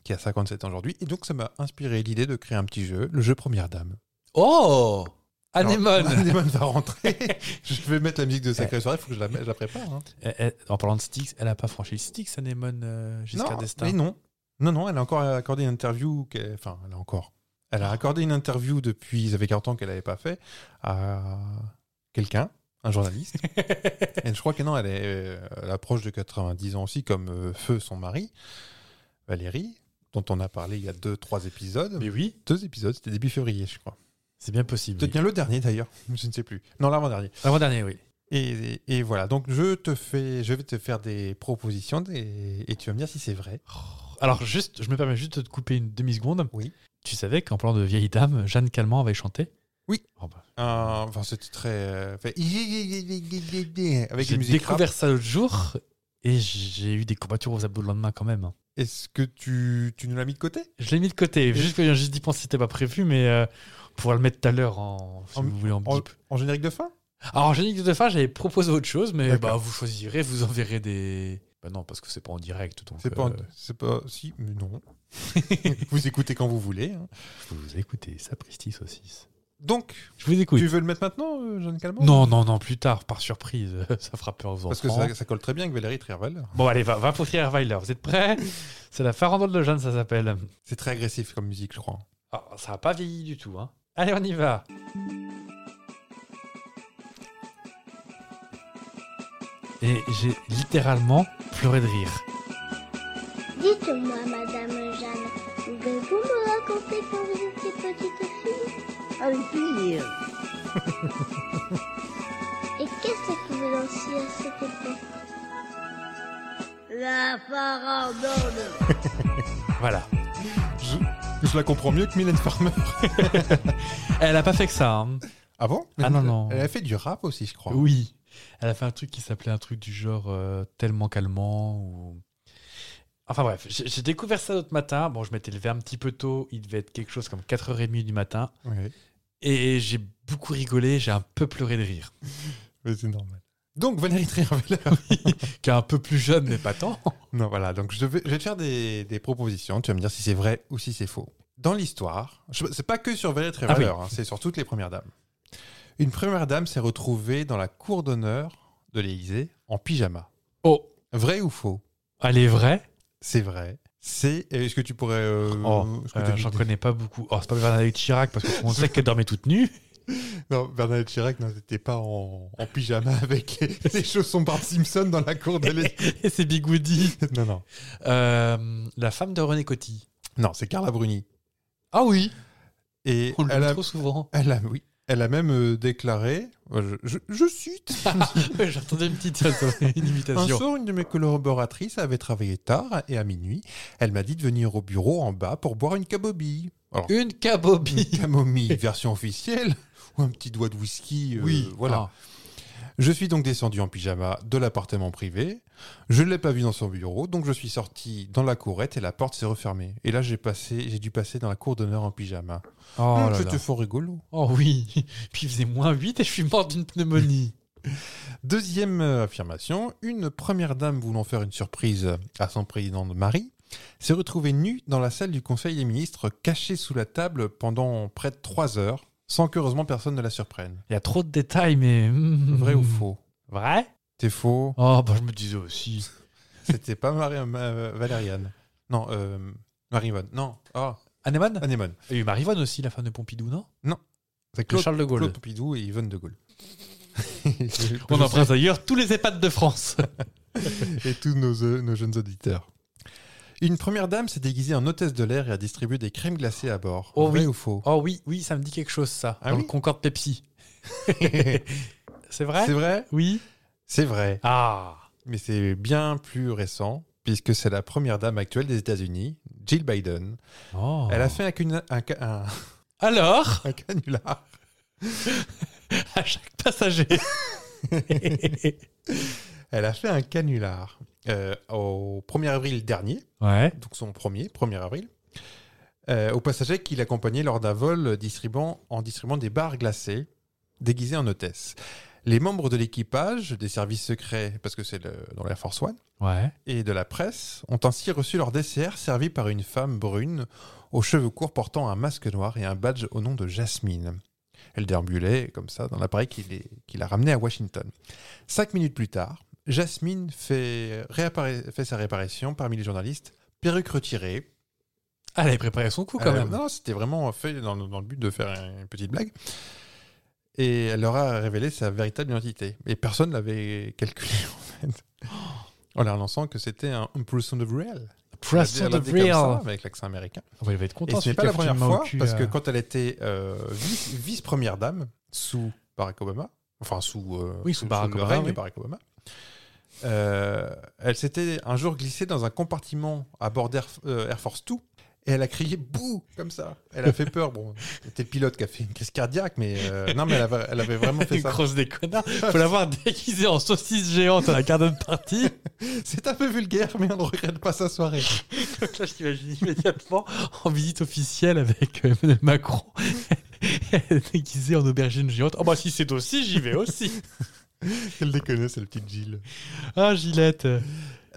Speaker 4: qui a 57 ans aujourd'hui. Et donc, ça m'a inspiré l'idée de créer un petit jeu, le jeu Première Dame.
Speaker 5: Oh
Speaker 4: Alors,
Speaker 5: Anémone
Speaker 4: Anémone va rentrer. je vais mettre la musique de Sacré Soirée, il faut que je la, je la prépare. hein.
Speaker 5: Eh, eh, En parlant de Styx, elle a pas franchi le Styx, Anémone euh, Giscard
Speaker 4: non,
Speaker 5: d'Estaing.
Speaker 4: mais non. Non, non, elle a encore accordé une interview. qu'elle- Enfin, elle a encore. Elle a accordé une interview depuis, ça fait 40 ans qu'elle n'avait pas fait, à quelqu'un, un journaliste. Et je crois que non, elle est euh, à l'approche de 90 ans aussi, comme euh, Feu, son mari, Valérie, dont on a parlé il y a deux, trois épisodes.
Speaker 5: Mais oui,
Speaker 4: Deux épisodes, c'était début février, je crois.
Speaker 5: c'est bien possible.
Speaker 4: Peut-être bien le dernier d'ailleurs, je ne sais plus. Non, l'avant-dernier.
Speaker 5: L'avant-dernier, oui.
Speaker 4: Et, et voilà, donc je te fais, je vais te faire des propositions des- et tu vas me dire si c'est vrai.
Speaker 5: Alors, juste, je me permets juste de te couper une demi-seconde.
Speaker 4: Oh. Oui.
Speaker 5: Tu savais qu'en parlant de vieille dame, Jeanne Calment avait chanté
Speaker 4: Oui.
Speaker 5: Oh bah,
Speaker 4: Ah, enfin, c'était très. euh, fait- Avec
Speaker 5: J'ai
Speaker 4: une musique rap.
Speaker 5: découvert ça l'autre jour et j'ai eu des courbatures aux abdos le lendemain quand même. hein.
Speaker 4: Est-ce que tu, tu nous l'as mis de côté
Speaker 5: Je l'ai mis de côté, juste que je viens juste d'y penser, c'était pas prévu, mais euh, on pourra le mettre tout à l'heure en, si
Speaker 4: En-
Speaker 5: vous voulez, en
Speaker 4: en,
Speaker 5: bip.
Speaker 4: en générique de fin
Speaker 5: Alors, Angélique de Fin, j'avais proposé autre chose, mais
Speaker 4: D'accord.
Speaker 5: bah, vous choisirez, vous enverrez des. Bah non, parce que c'est pas en direct, donc
Speaker 4: C'est pas,
Speaker 5: euh,
Speaker 4: c'est pas. Si, mais non. vous écoutez quand vous voulez. hein.
Speaker 5: je peux vous écouter, ça, Pristi Saucisse.
Speaker 4: Donc,
Speaker 5: Je vous écoute.
Speaker 4: tu veux le mettre maintenant, euh, Jeanne Calment
Speaker 5: Non, non, non, plus tard, par surprise, ça fera peur aux enfants.
Speaker 4: Parce que ça, ça colle très bien avec Valérie Trierweiler.
Speaker 5: Bon, allez, va, va pour Thierry Weiler. Vous êtes prêts C'est la farandole de Jeanne, ça s'appelle.
Speaker 4: C'est très agressif comme musique, je crois.
Speaker 5: Ah, ça n'a pas vieilli du tout. Hein. Allez, on y va. Et j'ai littéralement pleuré de rire.
Speaker 1: Dites-moi, Madame Jeanne, pouvez-vous me raconter quand vous étiez petite fille Et qu'est-ce que vous lanciez à cette époque
Speaker 6: La farandole.
Speaker 5: Voilà. Eh,
Speaker 4: Je, je la comprends mieux que Mylène Farmer.
Speaker 5: Elle n'a pas fait que ça. hein.
Speaker 4: Ah bon
Speaker 5: Ah non, non.
Speaker 4: Elle a fait du rap aussi, je crois.
Speaker 5: Oui. Elle a fait un truc qui s'appelait un truc du genre euh, tellement calmant ou. Enfin bref, j'ai j'ai découvert ça l'autre matin. Bon, je m'étais levé un petit peu tôt. Il devait être quelque chose comme 4h30 du matin.
Speaker 4: Oui.
Speaker 5: Et j'ai beaucoup rigolé, j'ai un peu pleuré de rire.
Speaker 4: Mais c'est normal. Donc, Valérie Trierweiler.
Speaker 5: Qui est un peu plus jeune, mais pas tant.
Speaker 4: Non, voilà, donc je vais, je vais te faire des, des propositions, tu vas me dire si c'est vrai ou si c'est faux. Dans l'histoire, je- c'est pas que sur Valérie
Speaker 5: Ah
Speaker 4: Trierweiler, hein, c'est sur toutes les premières dames. Une première dame s'est retrouvée dans la cour d'honneur de l'Élysée en pyjama.
Speaker 5: Oh,
Speaker 4: Vrai ou faux
Speaker 5: elle est vraie
Speaker 4: C'est vrai. C'est. euh, Est-ce que tu pourrais. euh,
Speaker 5: Oh,
Speaker 4: est-ce que
Speaker 5: euh,
Speaker 4: t'as une
Speaker 5: j'en
Speaker 4: idée
Speaker 5: connais pas beaucoup. Oh, c'est pas Bernadette Chirac, parce qu'on sait qu'elle dormait toute nue.
Speaker 4: Non, Bernadette Chirac n'était pas en, en pyjama avec ses chaussons par Simpson dans la cour de l'Élysée.
Speaker 5: Et c'est Bigoudi.
Speaker 4: non, non.
Speaker 5: Euh, la femme de René Coty.
Speaker 4: Non, c'est Carla Bruni.
Speaker 5: Ah oui,
Speaker 4: Et
Speaker 5: on le
Speaker 4: elle
Speaker 5: voit
Speaker 4: a,
Speaker 5: trop souvent.
Speaker 4: elle a- oui, elle a même euh, déclaré, euh, je, je- je cite,
Speaker 5: J'entendais une petite une
Speaker 4: un
Speaker 5: imitation.
Speaker 4: jour, une de mes collaboratrices avait travaillé tard et à minuit, elle m'a dit de venir au bureau en bas pour boire une cabobille. Alors,
Speaker 5: Une
Speaker 4: une
Speaker 5: cabobie.
Speaker 4: camomille, version officielle, ou un petit doigt de whisky, euh,
Speaker 5: Ah.
Speaker 4: voilà. Je suis donc descendu en pyjama de l'appartement privé. Je ne l'ai pas vu dans son bureau, donc je suis sorti dans la courette et la porte s'est refermée. Et là, j'ai passé, j'ai dû passer dans la cour d'honneur en pyjama.
Speaker 5: Oh,
Speaker 4: Hum,
Speaker 5: là
Speaker 4: C'était
Speaker 5: là.
Speaker 4: fort rigolo.
Speaker 5: Oh oui. Puis il faisait moins 8 et je suis mort d'une pneumonie.
Speaker 4: Deuxième euh, affirmation une première dame voulant faire une surprise à son président de Marie s'est retrouvée nue dans la salle du Conseil des ministres, cachée sous la table pendant près de trois heures, sans qu'heureusement personne ne la surprenne.
Speaker 5: Il y a trop de détails, mais. hmm.
Speaker 4: Vrai ou
Speaker 5: Mmh.
Speaker 4: faux
Speaker 5: Vrai
Speaker 4: T'es faux.
Speaker 5: Oh, bah je me disais aussi.
Speaker 4: C'était pas Marie, euh, Valériane. Non, euh, Marie-Yvonne. Non. Ah,
Speaker 5: Anémone
Speaker 4: Anémone.
Speaker 5: Il y a eu Marivonne aussi, la femme de Pompidou, non
Speaker 4: C'est
Speaker 5: Le
Speaker 4: Claude,
Speaker 5: Charles de Gaulle.
Speaker 4: Claude Pompidou et Yvonne de Gaulle. Je-
Speaker 5: On
Speaker 4: je
Speaker 5: embrasse d'ailleurs tous les EHPAD de France.
Speaker 4: sais. et tous nos, euh, nos jeunes auditeurs. Une première dame s'est déguisée en hôtesse de l'air et a distribué des crèmes glacées à bord.
Speaker 5: Oh
Speaker 4: Vrai
Speaker 5: oui.
Speaker 4: ou faux
Speaker 5: Oh oui, oui, ça me dit quelque chose, ça.
Speaker 4: Ah
Speaker 5: dans
Speaker 4: oui
Speaker 5: le Concorde Pepsi. C'est vrai
Speaker 4: C'est vrai
Speaker 5: Oui.
Speaker 4: C'est vrai.
Speaker 5: Ah
Speaker 4: Mais c'est bien plus récent, puisque c'est la première dame actuelle des États-Unis, Jill Biden.
Speaker 5: Oh.
Speaker 4: Elle a fait un, cuna- un ca- un-
Speaker 5: Alors,
Speaker 4: un canular.
Speaker 5: à chaque passager.
Speaker 4: Elle a fait un canular euh, au 1er avril dernier.
Speaker 5: ouais.
Speaker 4: donc son premier, 1er avril, euh, aux passagers qui l'accompagnaient lors d'un vol distribuant, en distribuant des barres glacées déguisées en hôtesses. Les membres de l'équipage, des services secrets, parce que c'est le- dans l'Air Force One,
Speaker 5: Ouais.
Speaker 4: et de la presse, ont ainsi reçu leur dessert servi par une femme brune aux cheveux courts portant un masque noir et un badge au nom de Jasmine. Elle déambulait comme ça dans l'appareil qui, les- qui la ramenait à Washington. Cinq minutes plus tard, Jasmine fait, réappara- fait sa réparation parmi les journalistes, perruque retirée.
Speaker 5: Ah, Elle avait préparé son coup quand
Speaker 4: Euh,
Speaker 5: même.
Speaker 4: Non, c'était vraiment fait dans, le- dans le but de faire une petite blague. Et elle leur a révélé sa véritable identité. Et personne ne l'avait calculé en fait.
Speaker 5: Oh.
Speaker 4: En leur annonçant que c'était un un person of real.
Speaker 5: Press
Speaker 4: Elle
Speaker 5: on
Speaker 4: l'a
Speaker 5: the
Speaker 4: dit comme ça,
Speaker 5: real.
Speaker 4: avec l'accent américain.
Speaker 5: hein. Oh, bah, il va être
Speaker 4: Et
Speaker 5: content.
Speaker 4: ce n'est
Speaker 5: celui
Speaker 4: pas
Speaker 5: qui
Speaker 4: la
Speaker 5: a foutu
Speaker 4: première
Speaker 5: une main au
Speaker 4: fois,
Speaker 5: cul,
Speaker 4: parce que
Speaker 5: euh.
Speaker 4: quand elle était euh, vice- vice-première dame sous Barack Obama, enfin sous, euh,
Speaker 5: Oui, sous Barack
Speaker 4: le
Speaker 5: Obama,
Speaker 4: règne de
Speaker 5: oui.
Speaker 4: Barack Obama, euh, elle s'était un jour glissée dans un compartiment à bord d'Air euh, Air Force 2 et elle a crié bouh comme ça. Elle a fait peur. Bon, c'était le pilote qui a fait une crise cardiaque, mais euh, non, mais elle avait, elle avait vraiment fait
Speaker 5: Une
Speaker 4: ça.
Speaker 5: grosse déconnard. Faut l'avoir déguisée en saucisse géante à la garden party.
Speaker 4: C'est un peu vulgaire, mais on ne regrette pas sa soirée.
Speaker 5: Donc là, je t'imagine immédiatement en visite officielle avec euh, Emmanuel Macron. déguisée en aubergine géante. Oh bah si c'est aussi, j'y vais aussi.
Speaker 4: Quelle déconne, c'est le petit Jill.
Speaker 5: Ah, Gillette.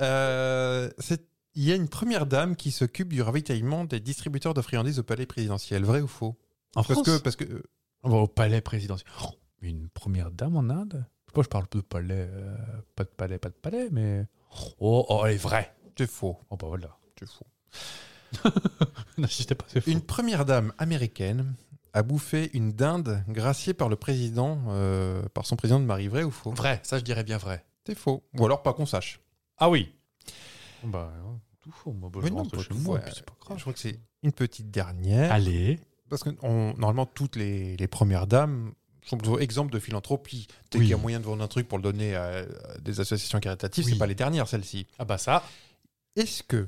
Speaker 4: Euh, c'est- il y a une première dame qui s'occupe du ravitaillement des distributeurs de friandises au palais présidentiel. Vrai ou faux
Speaker 5: En
Speaker 4: Parce
Speaker 5: France
Speaker 4: que, parce que euh,
Speaker 5: On va au palais présidentiel. Oh, une première dame en Inde Je sais pas, je parle de palais. euh, pas de palais, pas de palais, mais. Oh, oh, elle est vraie.
Speaker 4: c'est faux.
Speaker 5: Oh, bah voilà.
Speaker 4: c'est faux.
Speaker 5: N'insistez pas, c'est faux.
Speaker 4: Une première dame américaine a bouffé une dinde graciée par le président, euh, par son président de Marie. Vrai ou faux
Speaker 5: Vrai, ça je dirais bien vrai.
Speaker 4: C'est faux. Ou alors pas qu'on sache.
Speaker 5: Ah oui Bah, tout faux. Moi, bah,
Speaker 4: Mais
Speaker 5: je
Speaker 4: non,
Speaker 5: rentre
Speaker 4: pas
Speaker 5: chez
Speaker 4: tout
Speaker 5: moi,
Speaker 4: faux.
Speaker 5: puis c'est pas
Speaker 4: Je
Speaker 5: grave.
Speaker 4: crois que c'est une petite
Speaker 5: Ah,
Speaker 4: dernière.
Speaker 5: Allez.
Speaker 4: Parce que on- normalement, toutes les, les premières dames sont plutôt exemples de philanthropie. Dès
Speaker 5: Oui.
Speaker 4: qu'il y a moyen de vendre un truc pour le donner à, à des associations caritatives,
Speaker 5: Oui.
Speaker 4: c'est pas les dernières, celles-ci.
Speaker 5: Ah bah ça.
Speaker 4: Est-ce que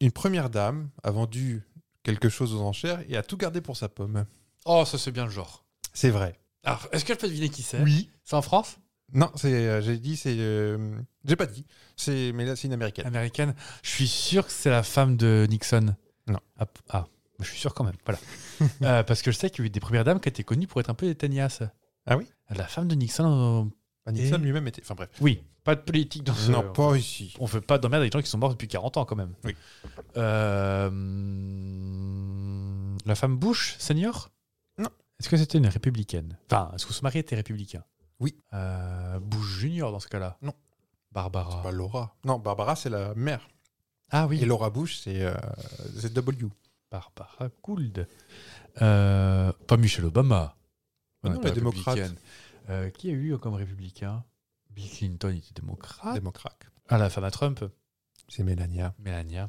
Speaker 4: une première dame a vendu quelque chose aux enchères et a tout gardé pour sa pomme
Speaker 5: Oh, ça c'est bien le genre.
Speaker 4: C'est vrai.
Speaker 5: Alors, est-ce que je peux deviner qui c'est
Speaker 4: Oui.
Speaker 5: C'est en France
Speaker 4: Non, c'est euh, j'ai dit c'est euh, j'ai pas dit. C'est mais là c'est une américaine.
Speaker 5: Américaine. Je suis sûr que c'est la femme de Nixon.
Speaker 4: Non.
Speaker 5: Ah, p- ah. je suis sûr quand même. Voilà. Euh, parce que je sais qu'il y a eu des premières dames qui étaient connues pour être un peu des teignasses.
Speaker 4: Ah oui
Speaker 5: La femme de Nixon. euh,
Speaker 4: Ah, Nixon
Speaker 5: Et- Ah,
Speaker 4: lui-même était enfin bref.
Speaker 5: Oui. Pas de politique dans ce.
Speaker 4: non, pas ici.
Speaker 5: On veut pas d'emmerde avec des gens qui sont morts depuis 40 ans quand même.
Speaker 4: Oui.
Speaker 5: Euh, La femme Bush, senior
Speaker 4: Non.
Speaker 5: Est-ce que c'était une républicaine Enfin, est-ce que son mari était républicain
Speaker 4: Oui.
Speaker 5: Euh, Bush Junior dans ce cas-là
Speaker 4: Non.
Speaker 5: Barbara.
Speaker 4: Pas Laura. Non, Barbara, c'est la mère.
Speaker 5: Ah
Speaker 4: Et
Speaker 5: oui,
Speaker 4: Laura Bush, c'est euh, ZW.
Speaker 5: Barbara Gould. Euh, pas Michelle Obama.
Speaker 4: Ah non,
Speaker 5: Elle est
Speaker 4: la démocrate.
Speaker 5: républicaine. Euh, qui a eu comme républicain Bill Clinton était démocrate.
Speaker 4: Démocrate.
Speaker 5: ah, la femme à Trump,
Speaker 4: C'est Melania.
Speaker 5: Melania.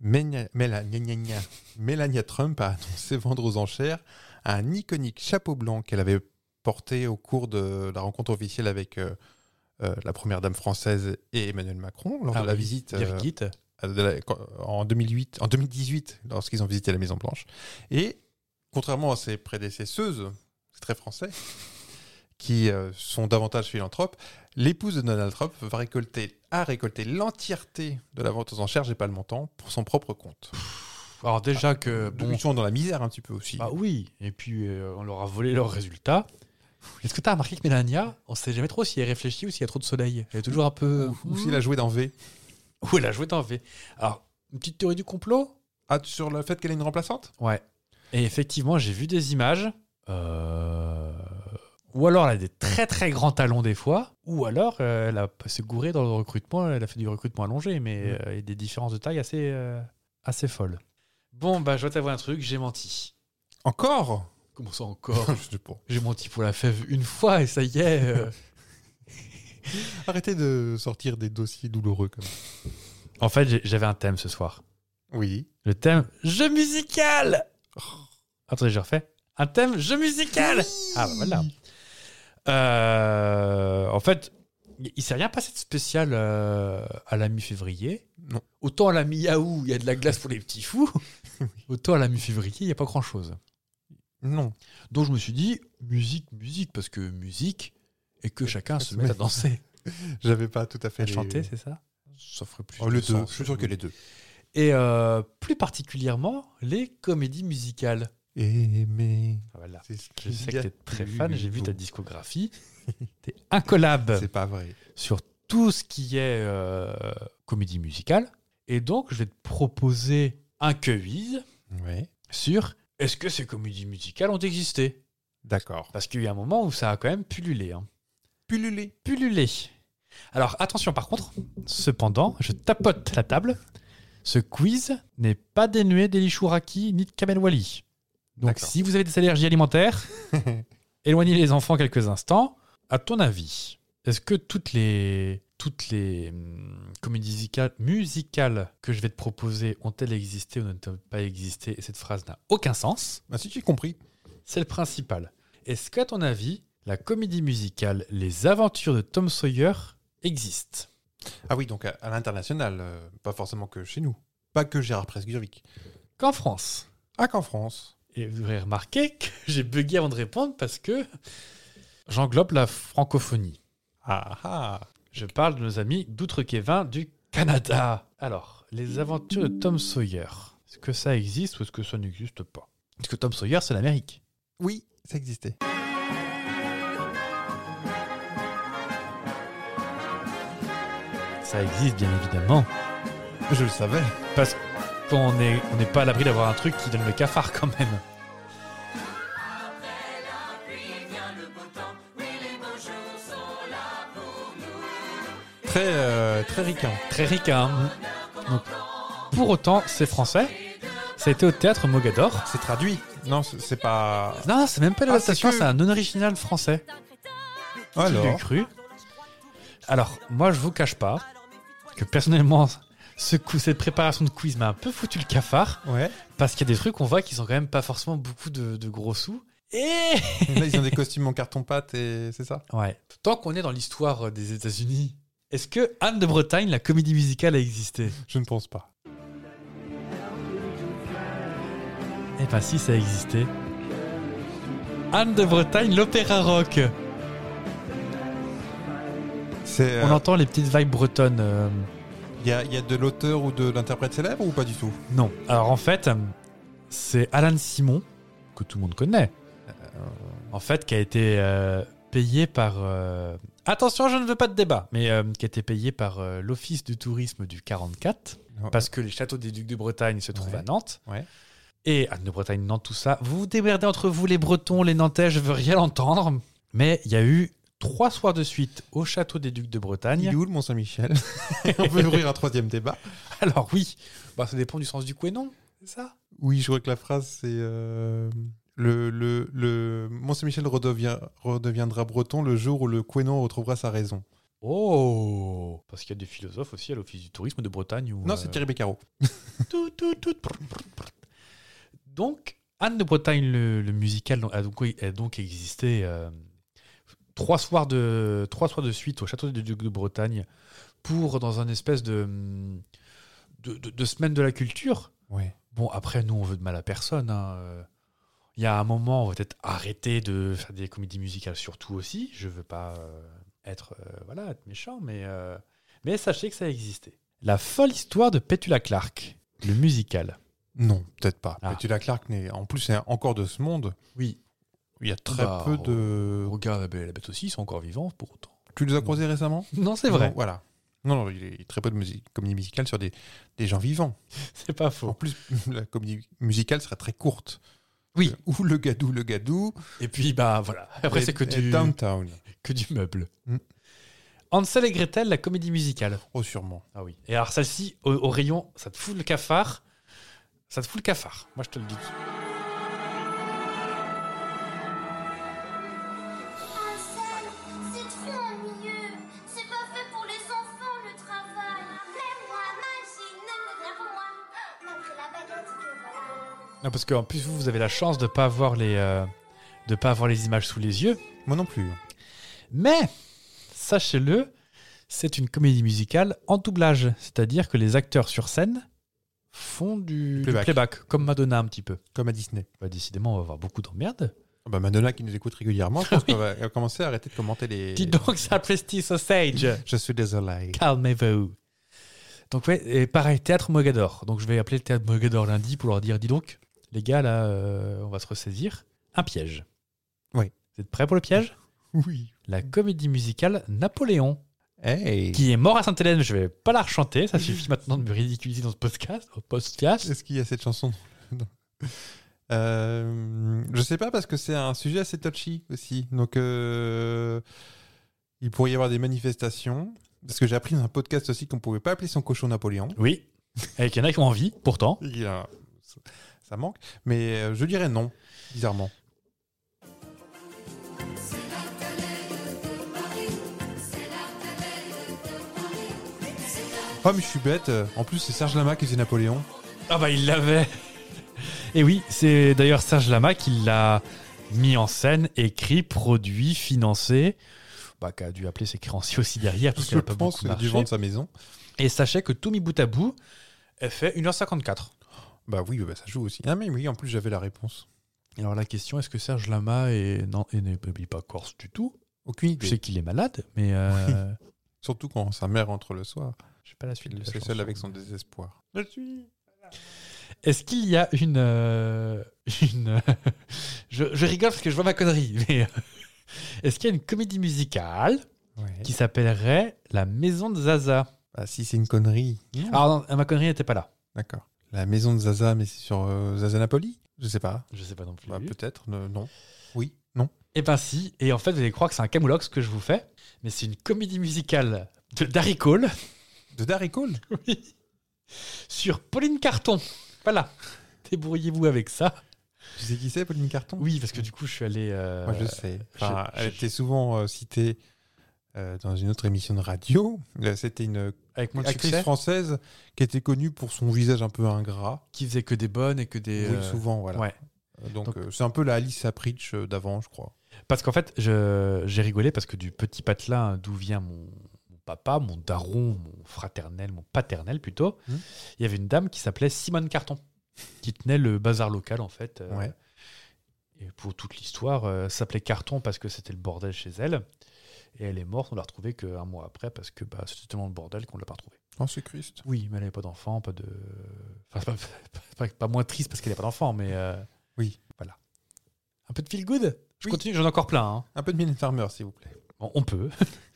Speaker 4: Mena- Mela- gna, gna, gna. Melania Trump a annoncé vendre aux enchères un iconique chapeau blanc qu'elle avait porté au cours de la rencontre officielle avec euh, euh, la première dame française et Emmanuel Macron lors
Speaker 5: Ah
Speaker 4: de la
Speaker 5: oui,
Speaker 4: visite euh,
Speaker 5: Birgit.
Speaker 4: de la- quand- en 2008, en 2018, lorsqu'ils ont visité la Maison Blanche. Et contrairement à ses prédécesseuses, c'est très français, qui euh, sont davantage philanthropes, l'épouse de Donald Trump va récolter, a récolté l'entièreté de la vente aux enchères, j'ai pas le montant, pour son propre compte.
Speaker 5: Alors
Speaker 4: ah,
Speaker 5: déjà que...
Speaker 4: Donc,
Speaker 5: Bon,
Speaker 4: Ils sont dans la misère un petit peu aussi.
Speaker 5: bah oui, et puis euh, on leur a volé leurs résultats. Est-ce que tu as remarqué que Melania, on sait jamais trop si elle réfléchit ou s'il y a trop de soleil Elle est toujours un peu... Hmm.
Speaker 4: Ou s'il a joué dans V.
Speaker 5: Ou elle a joué dans V. Alors, une petite théorie du complot
Speaker 4: Ah, sur le fait qu'elle est une remplaçante
Speaker 5: Ouais. Et effectivement, j'ai vu des images. euh, Ou alors elle a des très très grands talons des fois, ou alors euh, elle a se gouré dans le recrutement, elle a fait du recrutement allongé, mais euh, il y a des différences de taille assez, euh, assez folles. Bon, bah je dois t'avouer un truc, j'ai menti.
Speaker 4: Encore
Speaker 5: Comment ça encore
Speaker 4: Je sais pas.
Speaker 5: J'ai menti pour la fève une fois et ça y est. euh,
Speaker 4: Arrêtez de sortir des dossiers douloureux comme ça.
Speaker 5: En fait, j'ai- j'avais un thème ce soir.
Speaker 4: Oui.
Speaker 5: Le thème jeu musical Attendez, je refais. Un thème jeu musical Ah bah voilà. Euh, en fait, il il s'est rien passé de spécial euh, à la mi-février.
Speaker 4: Non.
Speaker 5: Autant à la mi-août, il y a de la glace pour les petits fous. Autant à la mi-février, il n'y a pas grand-chose.
Speaker 4: Non.
Speaker 5: Donc je me suis dit, musique, musique, parce que musique, et que chacun se
Speaker 4: se
Speaker 5: mette
Speaker 4: met-
Speaker 5: à danser.
Speaker 4: J'avais pas tout à fait
Speaker 5: À
Speaker 4: les-
Speaker 5: chanter, c'est ça Ça ferait plus
Speaker 4: Oh,
Speaker 5: de
Speaker 4: les deux.
Speaker 5: sens.
Speaker 4: Je suis sûr que les deux.
Speaker 5: Et euh, plus particulièrement, les comédies musicales.
Speaker 4: Aimer.
Speaker 5: Voilà.
Speaker 4: c'est ce
Speaker 5: Je
Speaker 4: qu'il
Speaker 5: sais
Speaker 4: y
Speaker 5: que
Speaker 4: a
Speaker 5: t'es très
Speaker 4: de
Speaker 5: fan,
Speaker 4: plus
Speaker 5: j'ai vu
Speaker 4: beau.
Speaker 5: ta discographie. t'es incollable
Speaker 4: C'est pas vrai.
Speaker 5: sur tout ce qui est euh, comédie musicale. Et donc, je vais te proposer un quiz
Speaker 4: Ouais.
Speaker 5: sur est-ce que ces comédies musicales ont existé
Speaker 4: D'accord.
Speaker 5: Parce qu'il y a un moment où ça a quand même pullulé. hein.
Speaker 4: Pululé.
Speaker 5: Pullulé Alors, attention par contre, cependant, je tapote la table. Ce quiz n'est pas dénué d'Elichouraki ni de Kamel Wally. Donc,
Speaker 4: D'accord.
Speaker 5: si vous avez des allergies alimentaires, éloignez les enfants quelques instants. À ton avis, est-ce que toutes les, toutes les hum, comédies musica- musicales que je vais te proposer ont-elles existé ou n'ont-elles pas existé Et cette phrase n'a aucun sens.
Speaker 4: Ah, si j'ai compris.
Speaker 5: C'est le principal. Est-ce qu'à ton avis, la comédie musicale Les Aventures de Tom Sawyer existe
Speaker 4: Ah oui, donc à, à l'international, euh, pas forcément que chez nous. Pas que Gérard Presgurvic.
Speaker 5: Qu'en France
Speaker 4: Ah, qu'en France.
Speaker 5: Et vous aurez remarqué que j'ai bugué avant de répondre parce que j'englobe la francophonie.
Speaker 4: Ah ah.
Speaker 5: Je parle de nos amis d'Outre-Quévin du Canada. Alors, les aventures de Tom Sawyer. Est-ce que ça existe ou est-ce que ça n'existe pas Parce que Tom Sawyer, c'est l'Amérique.
Speaker 4: Oui, ça existait.
Speaker 5: Ça existe, bien évidemment.
Speaker 4: Je le savais.
Speaker 5: Parce qu'on n'est on n'est pas à l'abri d'avoir un truc qui donne le cafard quand même.
Speaker 4: Très, euh, très ricain.
Speaker 5: Très ricain. Donc, pour autant, c'est français. Ça a été au théâtre Mogador.
Speaker 4: C'est traduit. Non, c'est c'est pas.
Speaker 5: Non, c'est même pas
Speaker 4: Ah, c'est
Speaker 5: l'adaptation,
Speaker 4: que- Ah,
Speaker 5: c'est un non-original français. Qui l'eût
Speaker 4: Alors.
Speaker 5: cru Alors, moi, je vous cache pas que personnellement, ce coup, cette préparation de quiz m'a un peu foutu le cafard
Speaker 4: Ouais.
Speaker 5: parce qu'il y a des trucs qu'on voit qui sont quand même pas forcément beaucoup de, de gros sous. Et
Speaker 4: Là, ils ont des costumes en carton pâte et c'est ça.
Speaker 5: ouais. Tant qu'on est dans l'histoire euh, des États-Unis, est-ce que Anne de Bretagne, la comédie musicale, a existé
Speaker 4: Je ne pense pas.
Speaker 5: Eh ben, si, ça a existé. Anne de Bretagne, l'opéra rock.
Speaker 4: C'est.
Speaker 5: On
Speaker 4: euh,
Speaker 5: entend les petites vibes bretonnes. euh,
Speaker 4: Il y, a- il y a de l'auteur ou de l'interprète célèbre ou pas du tout
Speaker 5: Non. Alors en fait, c'est Alan Simon, que tout le monde connaît, euh, en fait, qui a été euh, payé par... euh, Attention, je ne veux pas de débat, mais euh, qui a été payé par euh, l'Office du tourisme du 44,
Speaker 4: Ouais.
Speaker 5: parce que les châteaux des ducs de Bretagne se trouvent
Speaker 4: Ouais.
Speaker 5: à Nantes.
Speaker 4: Ouais.
Speaker 5: Et Anne de Bretagne, Nantes, tout ça. Vous vous déberdez entre vous, les Bretons, les Nantais, je veux rien entendre. Mais il y a eu trois soirs de suite au château des Ducs de Bretagne.
Speaker 4: Il est où le Mont-Saint-Michel On peut ouvrir un troisième débat.
Speaker 5: Alors oui, bah, ça dépend du sens du coué, non C'est ça
Speaker 4: Oui, je crois que la phrase, c'est euh, le, le, le Mont-Saint-Michel redevient- redeviendra breton le jour où le Quénon retrouvera sa raison.
Speaker 5: Oh Parce qu'il y a des philosophes aussi à l'Office du tourisme de Bretagne. Où,
Speaker 4: Non,
Speaker 5: euh,
Speaker 4: c'est Thierry Beccaro.
Speaker 5: tout, tout, tout, prr, prr, prr. Donc, Anne de Bretagne, le, le musical, a donc, a donc existé euh, trois, soirs de, trois soirs de suite au château du Duc de Bretagne pour, dans un espèce de, hum, de, de- de semaine de la culture.
Speaker 4: Ouais.
Speaker 5: Bon, après, nous, on veut de mal à personne. hein, euh. Il y a un moment, on va peut-être arrêter de faire des comédies musicales, surtout aussi. Je veux pas euh, être, euh, voilà, être méchant, mais, euh, mais sachez que ça existait. La folle histoire de Petula Clark, le musical.
Speaker 4: Non, peut-être pas.
Speaker 5: Ah.
Speaker 4: Petula Clark, n'est- en plus, c'est encore de ce monde.
Speaker 5: Oui.
Speaker 4: Il y a très
Speaker 5: Bah,
Speaker 4: peu de.
Speaker 5: Regarde, la bête, aussi, ils sont encore vivants pour autant.
Speaker 4: Tu les as croisés récemment
Speaker 5: Non, c'est
Speaker 4: Non,
Speaker 5: vrai.
Speaker 4: voilà. Non, non, il y a très peu de musique, comédie musicale sur des, des gens vivants.
Speaker 5: C'est pas
Speaker 4: En
Speaker 5: faux.
Speaker 4: plus, la comédie musicale serait très courte.
Speaker 5: Oui.
Speaker 4: Euh, Ou le gadou, le gadou.
Speaker 5: Et puis, bah voilà. Après,
Speaker 4: et-
Speaker 5: c'est que
Speaker 4: et
Speaker 5: du,
Speaker 4: Downtown.
Speaker 5: que du meuble.
Speaker 4: Mm.
Speaker 5: Hansel et Gretel, la comédie musicale.
Speaker 4: Oh, sûrement.
Speaker 5: Ah oui. Et alors celle-ci, au, au rayon, ça te fout le cafard. Ça te fout le cafard. Moi, je te le dis.
Speaker 6: Marcel, c'est trop ennuyeux. C'est pas fait pour les enfants, le travail. Appelez-moi Magine. Appelez-moi. On a pris la baguette que voilà.
Speaker 5: Non, parce qu'en plus, vous, vous avez la chance de pas avoir les, euh, de pas avoir les images sous les yeux.
Speaker 4: Moi non plus. hein.
Speaker 5: Mais, sachez-le, c'est une comédie musicale en doublage. C'est-à-dire que les acteurs sur scène font du du
Speaker 4: Playback.
Speaker 5: comme Madonna un petit peu.
Speaker 4: Comme à Disney.
Speaker 5: Bah, décidément, on va avoir beaucoup d'emmerdes.
Speaker 4: Ah Bah Madonna qui nous écoute régulièrement, je pense qu'on va va commencer à arrêter de commenter les.
Speaker 5: Dis donc, ça Presti Sausage
Speaker 4: Je suis désolé.
Speaker 5: Calmez-vous. Donc ouais, et pareil, théâtre Mogador. Donc je vais appeler le théâtre Mogador lundi pour leur dire, dis donc, les gars, là, euh, on va se ressaisir. Un piège.
Speaker 4: Oui.
Speaker 5: Vous êtes prêts pour le piège
Speaker 4: Oui.
Speaker 5: La comédie musicale Napoléon,
Speaker 4: Hey.
Speaker 5: qui est mort à Sainte-Hélène. Je vais pas la rechanter, ça suffit maintenant de me ridiculiser dans ce podcast. Au podcast.
Speaker 4: Est-ce qu'il y a cette chanson Non. Euh, Je sais pas parce que c'est un sujet assez touchy aussi. Donc euh, il pourrait y avoir des manifestations. Parce que j'ai appris dans un podcast aussi qu'on pouvait pas appeler son cochon Napoléon.
Speaker 5: Oui. Et qu'il y en a qui ont envie, pourtant.
Speaker 4: Il a- ça- Ça manque. Mais euh, je dirais non, bizarrement. Oh mais je suis bête. En plus c'est Serge Lama qui faisait Napoléon.
Speaker 5: Ah bah il l'avait. Et oui, c'est d'ailleurs Serge Lama qui l'a mis en scène, écrit, produit, financé. Bah, qui a dû appeler ses créanciers aussi derrière parce
Speaker 4: Je
Speaker 5: qu'elle a pas
Speaker 4: pense
Speaker 5: beaucoup
Speaker 4: qu'il a dû
Speaker 5: marché.
Speaker 4: vendre sa maison.
Speaker 5: Et sachez que tout mis bout à bout, elle fait 1h54.
Speaker 4: Bah oui, bah ça joue aussi. Ah mais oui, en plus j'avais la réponse.
Speaker 5: Alors la question, est-ce que Serge Lama est... Non, et n'est il est pas corse du tout.
Speaker 4: Aucune
Speaker 5: Je
Speaker 4: idée.
Speaker 5: sais qu'il est malade, mais... euh,
Speaker 4: Surtout quand sa mère rentre le soir.
Speaker 5: Je sais pas la suite de
Speaker 4: Il
Speaker 5: la
Speaker 4: est seul
Speaker 5: chanson.
Speaker 4: avec son désespoir. Je suis.
Speaker 5: Est-ce qu'il y a une. euh, une euh, je, je rigole parce que je vois ma connerie, mais. euh, Est-ce qu'il y a une comédie musicale qui s'appellerait La Maison de Zaza
Speaker 4: Ah si, c'est une connerie.
Speaker 5: Alors, non, ma connerie n'était pas là.
Speaker 4: D'accord. La maison de Zaza, mais c'est sur euh, Zaza Napoli Je sais pas.
Speaker 5: Je sais pas non plus.
Speaker 4: Bah, peut-être, euh, non. Oui, non.
Speaker 5: et ben si, et en fait, vous allez croire que c'est un camoulox que je vous fais, mais c'est une comédie musicale de Darry Cole
Speaker 4: De Darry Cole
Speaker 5: sur Pauline Carton. Voilà. Débrouillez-vous avec ça.
Speaker 4: Tu sais qui c'est, Pauline Carton
Speaker 5: Oui, parce que du coup, je suis allé. euh,
Speaker 4: Moi, je sais. Enfin,
Speaker 5: je-
Speaker 4: elle
Speaker 5: je-
Speaker 4: était souvent euh, citée euh, dans une autre émission de radio. Là, C'était une
Speaker 5: Avec mon
Speaker 4: actrice
Speaker 5: succès,
Speaker 4: française qui était connue pour son visage un peu ingrat.
Speaker 5: qui faisait que des bonnes et que
Speaker 4: Oui,
Speaker 5: des. euh,
Speaker 4: souvent, voilà.
Speaker 5: ouais.
Speaker 4: Euh, Donc,
Speaker 5: Donc-
Speaker 4: euh, c'est un peu la Alice Apritch euh, d'avant, je crois.
Speaker 5: Parce qu'en fait, je- j'ai rigolé parce que du petit patelin d'où vient mon, mon papa, mon daron, mon fraternel, mon paternel plutôt,
Speaker 4: Mhm.
Speaker 5: il y avait une dame qui s'appelait Simone Carton, qui tenait le bazar local en fait. euh,
Speaker 4: Ouais.
Speaker 5: Et pour toute l'histoire, euh, elle s'appelait Carton parce que c'était le bordel chez elle. Et elle est morte, on l'a retrouvée qu'un mois après parce que bah, c'était tellement le bordel qu'on l'a pas retrouvée.
Speaker 4: Oh, c'est Christ.
Speaker 5: Oui, mais elle n'avait pas d'enfant, pas de. Enfin, c'est pas, pas- pas- pas moins triste parce qu'elle n'avait pas d'enfant, mais. euh,
Speaker 4: Oui.
Speaker 5: Voilà. Un peu de feel good Je
Speaker 4: Oui.
Speaker 5: continue, j'en ai encore plein. hein.
Speaker 4: Un peu de Minute Farmer, s'il vous plaît.
Speaker 5: Bon, on peut.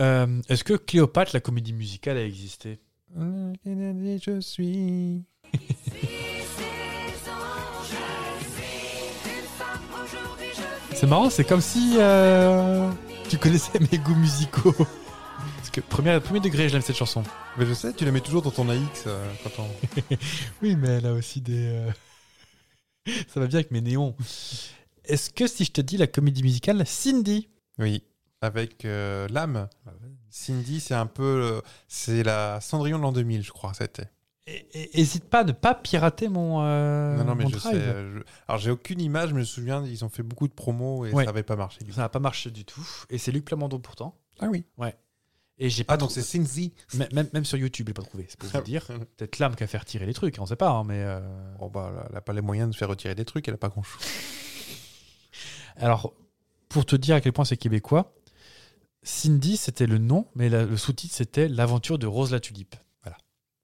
Speaker 5: Euh, Est-ce que Cléopâtre, la comédie musicale, a existé
Speaker 4: Euh, Je suis.
Speaker 5: C'est marrant, c'est comme si euh, tu connaissais mes goûts musicaux. Parce que premier, premier degré, je l'aime cette chanson.
Speaker 4: Mais je sais, tu la mets toujours dans ton AX euh, quand on.
Speaker 5: Oui, mais elle a aussi des. euh, Ça va bien avec mes néons. Est-ce que si je te dis la comédie musicale Cindy
Speaker 4: Oui, avec euh, l'âme.
Speaker 5: Ah,
Speaker 4: Cindy, c'est un peu. euh, c'est la Cendrillon de l'an 2000, je crois, c'était.
Speaker 5: Et- et- Hésite pas à ne pas pirater mon. euh,
Speaker 4: non, non, mais
Speaker 5: mon
Speaker 4: je sais.
Speaker 5: drive.
Speaker 4: euh, je- Alors, j'ai aucune image, mais je me souviens, ils ont fait beaucoup de promos et
Speaker 5: Ouais.
Speaker 4: ça n'avait pas marché. du tout.
Speaker 5: Ça n'a pas marché du tout. Et c'est Luc Plamondon pourtant.
Speaker 4: Ah oui.
Speaker 5: Et j'ai pas
Speaker 4: Ah, donc c'est
Speaker 5: trouvé-
Speaker 4: Cindy.
Speaker 5: M- même, même sur YouTube, il n'est pas trouvé. C'est pour vous dire. Peut-être l'âme qui a fait retirer les trucs, on sait pas. hein, mais euh,
Speaker 4: Bon, bah, elle a- elle n'a pas les moyens de faire retirer des trucs, elle n'a pas grand-chose.
Speaker 5: Alors, pour te dire à quel point c'est québécois, Cindy, c'était le nom, mais la- le sous-titre, c'était L'aventure de Rose la Tulipe.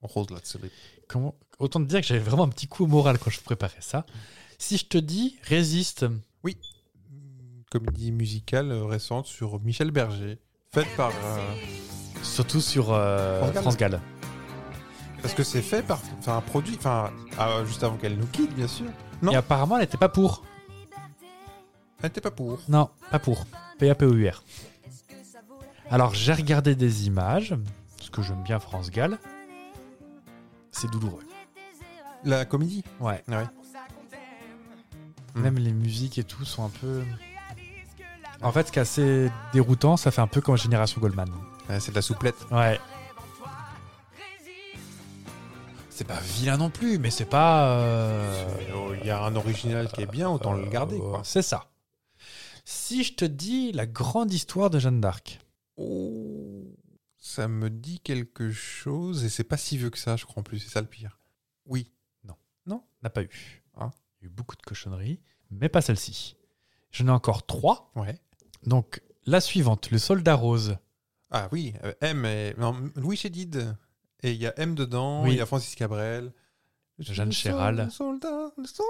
Speaker 4: Rose, la tulipe.
Speaker 5: Comment... Autant te dire que j'avais vraiment un petit coup au moral quand je préparais ça. Si je te dis Résiste,
Speaker 4: Une Comédie musicale euh, récente sur Michel Berger, faite par. euh,
Speaker 5: surtout sur euh,
Speaker 4: France Gall.
Speaker 5: France Gall.
Speaker 4: Parce que c'est fait par. Enfin, un produit. Enfin, ah, juste avant qu'elle nous quitte, bien sûr. Non.
Speaker 5: Et apparemment, elle n'était pas pour.
Speaker 4: Elle n'était pas pour.
Speaker 5: Non, pas pour. P-A-P-O-U-R. E Alors, j'ai regardé des images, parce que j'aime bien France Gall. C'est douloureux.
Speaker 4: La comédie Ah
Speaker 5: Ouais.
Speaker 4: Ouais.
Speaker 5: Même les musiques et tout sont un peu. En fait, ce qui est assez déroutant, ça fait un peu comme Génération Goldman.
Speaker 4: Ouais, Ah, c'est de la souplette.
Speaker 5: Ouais. C'est pas vilain non plus, mais c'est pas. euh,
Speaker 4: Il oh, y a un original qui est bien, autant le garder.
Speaker 5: euh, C'est ça. Si je te dis la grande histoire de Jeanne d'Arc,
Speaker 4: Oh, Ça me dit quelque chose et c'est pas si vieux que ça, je crois en plus. C'est ça le pire. Oui.
Speaker 5: n'a pas eu.
Speaker 4: Hein
Speaker 5: Il y a eu beaucoup de cochonneries, mais pas celle-ci. J'en ai encore trois.
Speaker 4: Ouais.
Speaker 5: Donc, la suivante, le soldat rose.
Speaker 4: Ah oui, euh, M. Et... non, M- Louis Chédid. Et il y a M dedans,
Speaker 5: Oui.
Speaker 4: il y a Francis Cabrel.
Speaker 5: Jeanne
Speaker 4: Le sol-
Speaker 5: Chéral.
Speaker 4: le soldat, le soldat.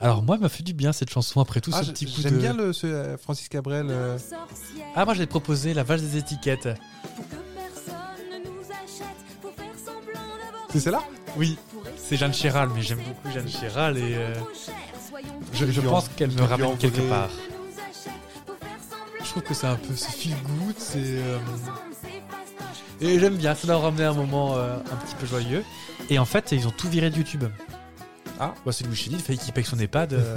Speaker 5: Alors, moi, elle m'a fait du bien cette chanson après tout
Speaker 4: Ah,
Speaker 5: ce
Speaker 4: j-
Speaker 5: petit coup
Speaker 4: J'aime
Speaker 5: de.
Speaker 4: bien le, ce, euh, Francis Cabrel. euh,
Speaker 5: Ah, moi, j'avais proposé la valse des étiquettes.
Speaker 4: C'est celle-là
Speaker 5: Oui, c'est Jeanne Chéral, mais j'aime beaucoup Jeanne Chéral et euh, je, je
Speaker 4: Lui en-
Speaker 5: pense qu'elle me
Speaker 4: lui
Speaker 5: ramène
Speaker 4: envoyer-
Speaker 5: quelque part.
Speaker 2: Je trouve que c'est un peu, c'est feel good, c'est. euh,
Speaker 5: Et j'aime bien, ça leur ramenait un moment euh, un petit peu joyeux. Et en fait, ils ont tout viré de YouTube.
Speaker 4: Ah.
Speaker 5: Bah, c'est Louis Chédid, il fallait qu'il paye son EHPAD. euh,